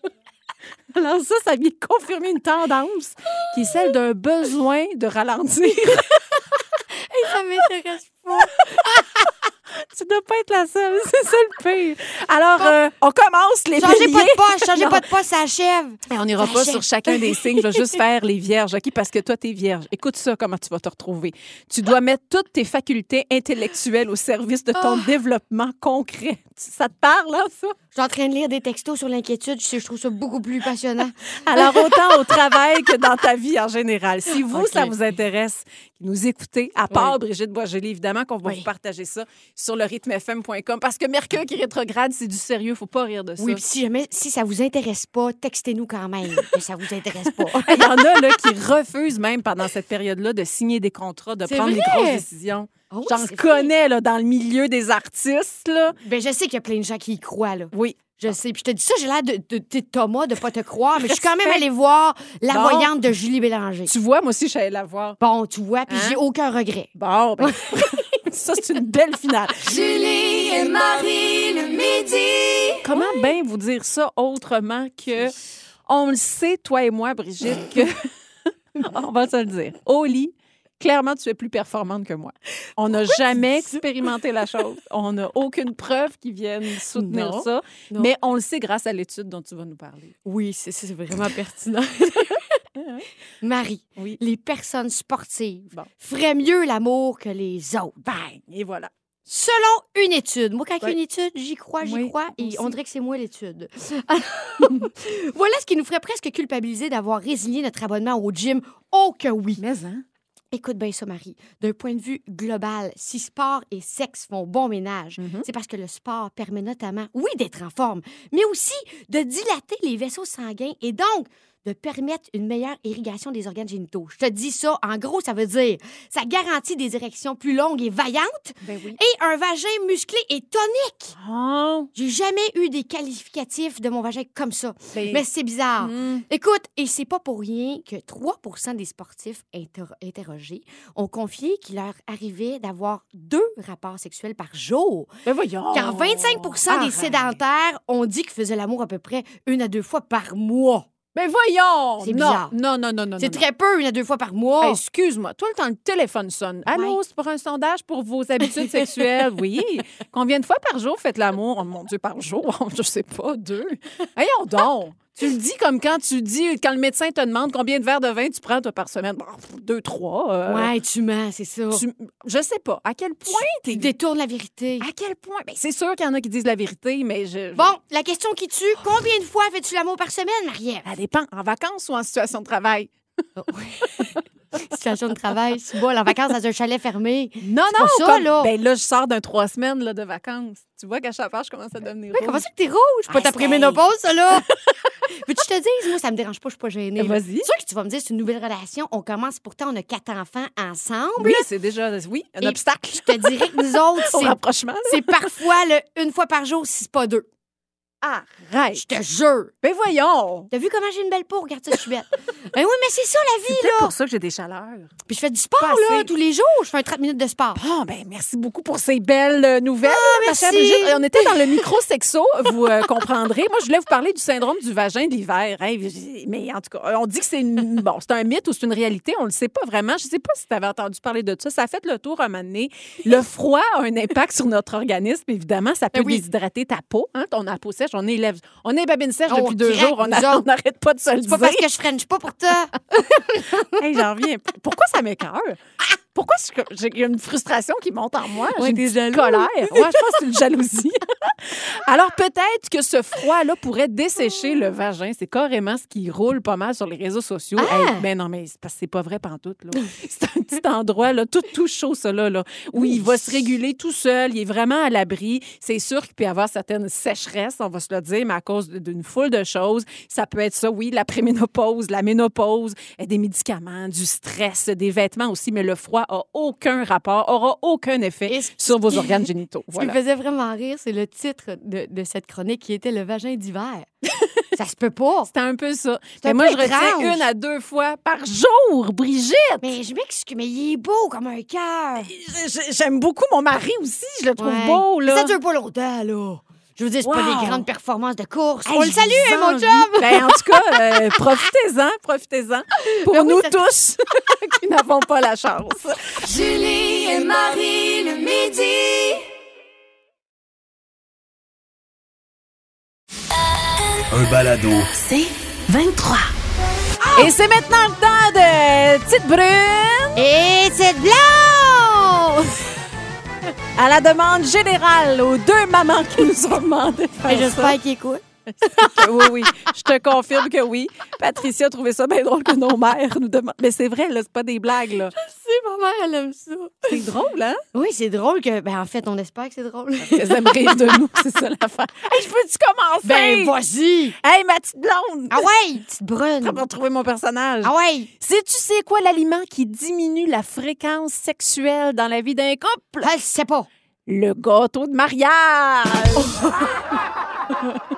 Alors ça, ça vient confirmer une tendance qui est celle d'un besoin de ralentir. Hey, ça m'intéresse pas. Tu dois pas être la seule, c'est ça le pire. Alors, euh, on commence les Changez pas béliers. de poche, changez Non. pas de poche, ça achève. Et on n'ira pas Achève. sur chacun des signes, je vais juste faire les vierges, OK? Parce que toi, t'es vierge. Écoute ça, comment tu vas te retrouver. Tu dois mettre toutes tes facultés intellectuelles au service de Ah. ton développement concret. Tu- Ça te parle, hein, ça? Je suis en train de lire des textos sur l'inquiétude. Je sais, je trouve ça beaucoup plus passionnant. Alors, autant au travail que dans ta vie en général. Si vous, OK. ça vous intéresse, nous écoutez, à part Brigitte Boisjoli, évidemment, qu'on va Oui. vous partager ça sur le rythmefm.com. Parce que Mercure qui rétrograde, c'est du sérieux, faut pas rire de ça. Oui, puis si jamais, si ça vous intéresse pas, textez-nous quand même que ça vous intéresse pas. Il y en a là, qui refusent même pendant cette période-là de signer des contrats, de C'est prendre des vrai? grosses décisions. Ah oui, J'en c'est connais là, dans le milieu des artistes. Là. Ben, je sais qu'il y a plein de gens qui y croient, là. Oui. Je sais. Puis je te dis ça, j'ai l'air de, de, de Thomas de pas te croire, mais je suis quand même allée voir La Bon. voyante de Julie Bélanger. Tu vois, moi aussi, je suis allée la voir. Bon, tu vois, puis Hein? j'ai aucun regret. Bon, ben, ça, c'est une belle finale. Julie et Marie le midi. Comment bien vous dire ça autrement que on le sait, toi et moi, Brigitte, que on va se le dire. Au lit, Clairement, tu es plus performante que moi. On n'a jamais expérimenté la chose. On n'a aucune preuve qui vienne soutenir Non, ça. non. Mais on le sait grâce à l'étude dont tu vas nous parler. Oui, c'est- c'est vraiment pertinent. Marie, Oui. les personnes sportives Bon. feraient mieux l'amour que les autres. Bang! Et voilà. Selon une étude. Moi, quand il y a Ouais. une étude, j'y crois, j'y Oui, crois, et aussi. on dirait que c'est moi l'étude. Alors, voilà ce qui nous ferait presque culpabiliser d'avoir résigné notre abonnement au gym. Oh que oui! Mais, hein? Écoute bien ça, Marie. D'un point de vue global, si sport et sexe font bon ménage, Mhm. c'est parce que le sport permet notamment, oui, d'être en forme, mais aussi de dilater les vaisseaux sanguins et donc de permettre une meilleure irrigation des organes génitaux. Je te dis ça, en gros, ça veut dire ça garantit des érections plus longues et vaillantes Ben oui. et un vagin musclé et tonique. Oh, J'ai jamais eu des qualificatifs de mon vagin comme ça, ben- mais c'est bizarre. Mm. Écoute, et c'est pas pour rien que 3 des sportifs inter- interrogés ont confié qu'il leur arrivait d'avoir deux rapports sexuels par jour. Ben voyons. Car 25 des Arrête. sédentaires ont dit qu'ils faisaient l'amour à peu près une à deux fois par mois. Ben voyons. C'est Non, bizarre. Non, non, non, non. C'est non, très peu, une à deux fois par mois. Hey, Excuse-moi, tout le temps, le téléphone sonne. Allô, c'est pour un sondage pour vos habitudes sexuelles. Oui. Combien de fois par jour faites l'amour? Oh, mon Dieu, par jour? Je sais pas, deux. Voyons donc. Tu le dis comme quand tu dis, quand le médecin te demande combien de verres de vin tu prends, toi, par semaine. Bon, deux, trois. euh, ouais, tu mens, c'est ça. Tu, tu- je sais pas. À quel point t'es. détournes la vérité. À quel point? Ben, c'est sûr qu'il y en a qui disent la vérité, mais je. Bon, la question qui tue, combien de fois fais-tu l'amour par semaine, Marie-Ève? Ça dépend. En vacances ou en situation de travail? Situation de travail, c'est bon, en vacances dans un chalet fermé. Non, C'est non, pas ça, comme- là. Ben là, je sors d'un trois semaines là, de vacances. Tu vois qu'à chaque fois, je commence à devenir. Ouais, rouge. comment ça que t'es rouge? Pas Ah, ta c'est- préménopause, ça, là? Veux-tu que je te dise? Moi, ça me dérange pas, je suis pas gênée. Eh, là. Vas-y. C'est sûr que tu vas me dire, c'est une nouvelle relation. On commence pourtant, on a quatre enfants ensemble. Oui, c'est déjà oui, un Et- obstacle Je te dirais que nous autres, au c'est- rapprochement. là. c'est, parfois le une fois par jour, si c'est pas deux. Arrête. Je te jure. Ben voyons. T'as vu comment j'ai une belle peau? Regarde ça, je suis belle. ben oui, mais c'est ça, la vie, C'est là. pour ça que j'ai des chaleurs. Puis je fais du sport, Pas là, assez. tous les jours. Je fais un 30 minutes de sport. Bon, ben merci beaucoup pour ces belles euh, nouvelles, ma chère Ah, merci. Brigitte. On était dans le micro-sexo, vous euh, comprendrez. Moi, je voulais vous parler du syndrome du vagin de l'hiver. hein. Mais en tout cas, on dit que c'est une- bon, c'est un mythe ou c'est une réalité, on ne le sait pas vraiment. Je ne sais pas si tu avais entendu parler de ça. Ça a fait le tour un moment donné. Le froid a un impact sur notre organisme, évidemment. Ça peut Ben oui. déshydrater ta peau, hein, ton a peau sèche. On est, lèvres- on est babine sèche On depuis deux craque, jours. On Oh, nous a- on autres. n'arrête pas de se le C'est dire. pas parce que je freine pas pour toi. Hey, j'en reviens. Pourquoi ça m'écœure? Pourquoi je- j'ai il y a une frustration qui monte en moi? Ouais, j'ai t'es des colère. Ouais, je pense que c'est une jalousie. Alors peut-être que ce froid-là pourrait dessécher le vagin. C'est carrément ce qui roule pas mal sur les réseaux sociaux. Ah! Hey, ben non, mais c'est parce que c'est pas vrai pantoute. Là. C'est un petit endroit là, tout, tout chaud, ça là, là, où il va se réguler tout seul. Il est vraiment à l'abri. C'est sûr qu'il peut y avoir certaines sécheresses, on va se le dire, mais à cause d'une foule de choses. Ça peut être ça, oui, la préménopause, la ménopause, euh, des médicaments, du stress, des vêtements aussi, mais le froid a aucun rapport, aura aucun effet Et ce- sur vos organes génitaux. Ce Voilà. qui me faisait vraiment rire, c'est le titre de, de cette chronique qui était Le vagin d'hiver. ça se peut pas. C'était un peu ça. C'est Mais un moi, peu je retiens étrange. une à deux fois par jour, Brigitte. Mais je m'excuse, mais il est beau comme un cœur. J'ai- J'aime beaucoup mon mari aussi. Je le trouve Ouais. beau, Mais là. Ça dure pas longtemps, là. Je veux dire, c'est pas Wow. des grandes performances de course. Hey, On le je salue, vous hein, mon envie. job! Ben, en tout cas, euh, profitez-en, profitez-en pour Ben oui, nous ça- tous qui n'avons pas la chance. Julie et Marie le midi. un balado, C'est 23. Et c'est maintenant le temps de Petite Brune Et c'est blanc! à la demande générale aux deux mamans qui nous ont demandé. de faire Et ça. J'espère qu'il écoute. Que oui, oui. Je te confirme que oui. Patricia a trouvé ça bien drôle que nos mères nous demandent. Mais c'est vrai, là, c'est pas des blagues, là. C'est ma mère, elle aime ça. C'est drôle, hein? Oui, c'est drôle que. Ben, en fait, on espère que c'est drôle. Qu'elles aiment rire de nous, c'est ça l'affaire. Hey, je peux-tu commencer? ben, vas-y! Hey, ma petite blonde! Ah ouais, petite brune! Comment trouver mon personnage? Ah ouais! Sais-tu c'est quoi l'aliment qui diminue la fréquence sexuelle dans la vie d'un couple? Ah, je sais pas. Le gâteau de mariage!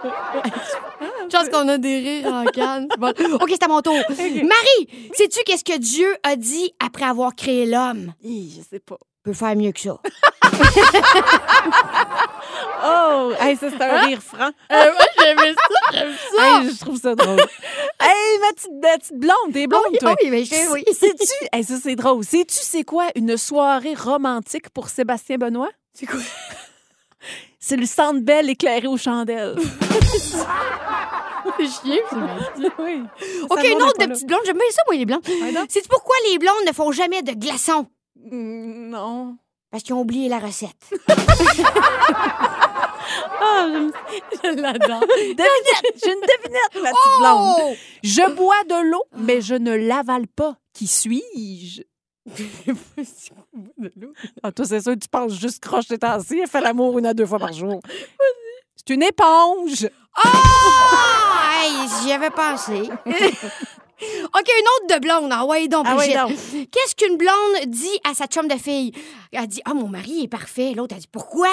Je pense qu'on a des rires en canne. Bon. Ah OK, c'est à mon tour. Marie, sais-tu qu'est-ce que Dieu a dit après avoir créé l'homme? Hi, je sais pas. Peut faire mieux que ça. Oh, hey, Hey, ça, c'est un rire franc. Euh, moi, j'aimais ça, j'aime ça. Hey, je trouve ça drôle. Oh, hey, ma petite, ma petite blonde, t'es blonde, Ah oui, toi. oui, mais je- oui. Sais-tu, hey, ça c'est drôle. Sais-tu c'est quoi une soirée romantique pour Sébastien Benoît? C'est quoi? C'est le centre belle éclairé aux chandelles. C'est chier, c'est vrai. oui. OK, une autre de petite blonde. J'aime bien ça, moi, les blondes. petite. C'est pourquoi les blondes ne font jamais de glaçons? Mm, Non. Parce qu'ils ont oublié la recette. Ah, j'aime- je l'adore. devinette, j'ai une devinette, ma petite blonde. Oh! Je bois de l'eau, mais je ne l'avale pas. Qui suis-je? Ah, toi, c'est sûr, tu penses juste croche tes assis et fais l'amour une à deux fois par jour. C'est une éponge. Ah, hey, j'y avais pensé. OK, une autre de blonde. Ah ouais, donc, Ah ouais, Brigitte. donc. Qu'est-ce qu'une blonde dit à sa chum de fille? Elle dit, ah, mon mari est parfait. L'autre, elle dit, pourquoi?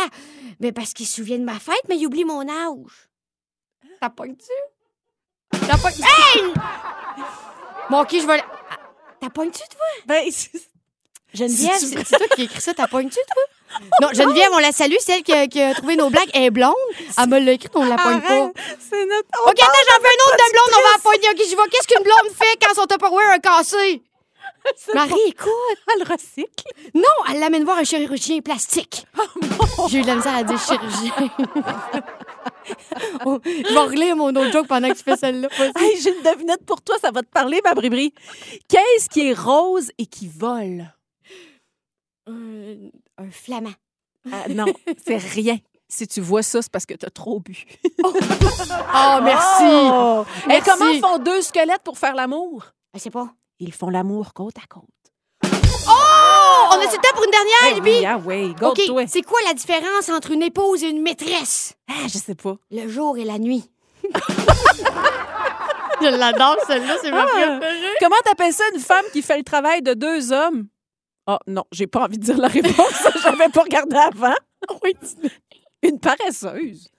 Ben, parce qu'il se souvient de ma fête, mais il oublie mon âge. T'as pognes-tu? T'as pognes Ah! Hey! Bon, OK, je vais... la- Ah, T'as pognes-tu, toi? Ben, Geneviève, c'est c'est toi qui écris ça. T'as pognes-tu, toi? Non, Geneviève, on la salue. C'est elle qui a, qui a trouvé nos blagues. Elle est blonde. Elle me l'a écrite, on la pogne pas. c'est notre. OK, attends, j'en veux une autre de blonde, on va appoigner. OK, je vois. Qu'est-ce qu'une blonde fait quand son Tupperware est cassé? Marie, écoute. le recycle. Non, elle l'amène voir un chirurgien plastique. J'ai eu de la misère à dire chirurgien. Oh, je vais relire mon autre joke pendant que tu fais celle-là. vas-y. Hey, j'ai une devinette pour toi, ça va te parler, ma bribri. Qu'est-ce qui est rose et qui vole? Un, Euh, un flamand. Ah, non, c'est rien. Si tu vois ça, c'est parce que t'as trop bu. Ah, Oh, merci. Oh! Et Merci. comment font deux squelettes pour faire l'amour? Je sais pas. Ils font l'amour côte à côte. Oh, on a du temps pour une dernière, Eh Libby? oui, ah oui, go OK, toi. c'est quoi la différence entre une épouse et une maîtresse? Ah, je sais pas. Le jour et la nuit. Je l'adore, celle-là, c'est ma Ah. préférée. Comment t'appelles ça une femme qui fait le travail de deux hommes? Ah non, j'ai pas envie de dire la réponse. J'avais pas regardé avant. Oui, une paresseuse.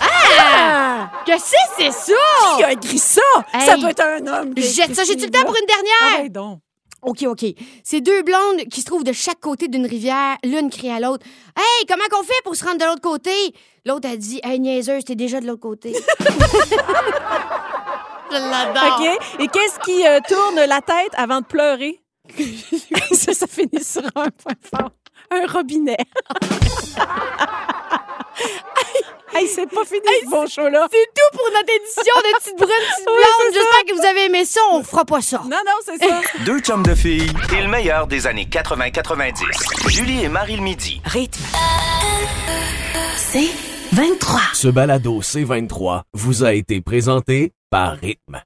Ah! Que c'est, c'est ça? Qui a écrit ça? Hey. Ça doit être un homme. qui a Je jette écrit ça, j'ai tout le temps pour une Ah dernière. ouais, donc. OK, OK. C'est deux blondes qui se trouvent de chaque côté d'une rivière, l'une crie à l'autre Hey, comment qu'on fait pour se rendre de l'autre côté L'autre a dit Hey, niaiseuse, t'es déjà de l'autre côté. Je l'adore. OK. Et qu'est-ce qui euh, tourne la tête avant de pleurer? ça, ça finit sur un point fort. Un robinet. hey, hey, c'est pas fini ce bon show-là. C'est tout pour notre édition de Petite Brune, Petite Blonde. J'espère que vous avez aimé ça. On fera pas ça. Non, non, c'est ça. Deux chums de filles et le meilleur des années 80-90. Julie et Marie le midi. Ce balado C23 vous a été présenté par Rythme.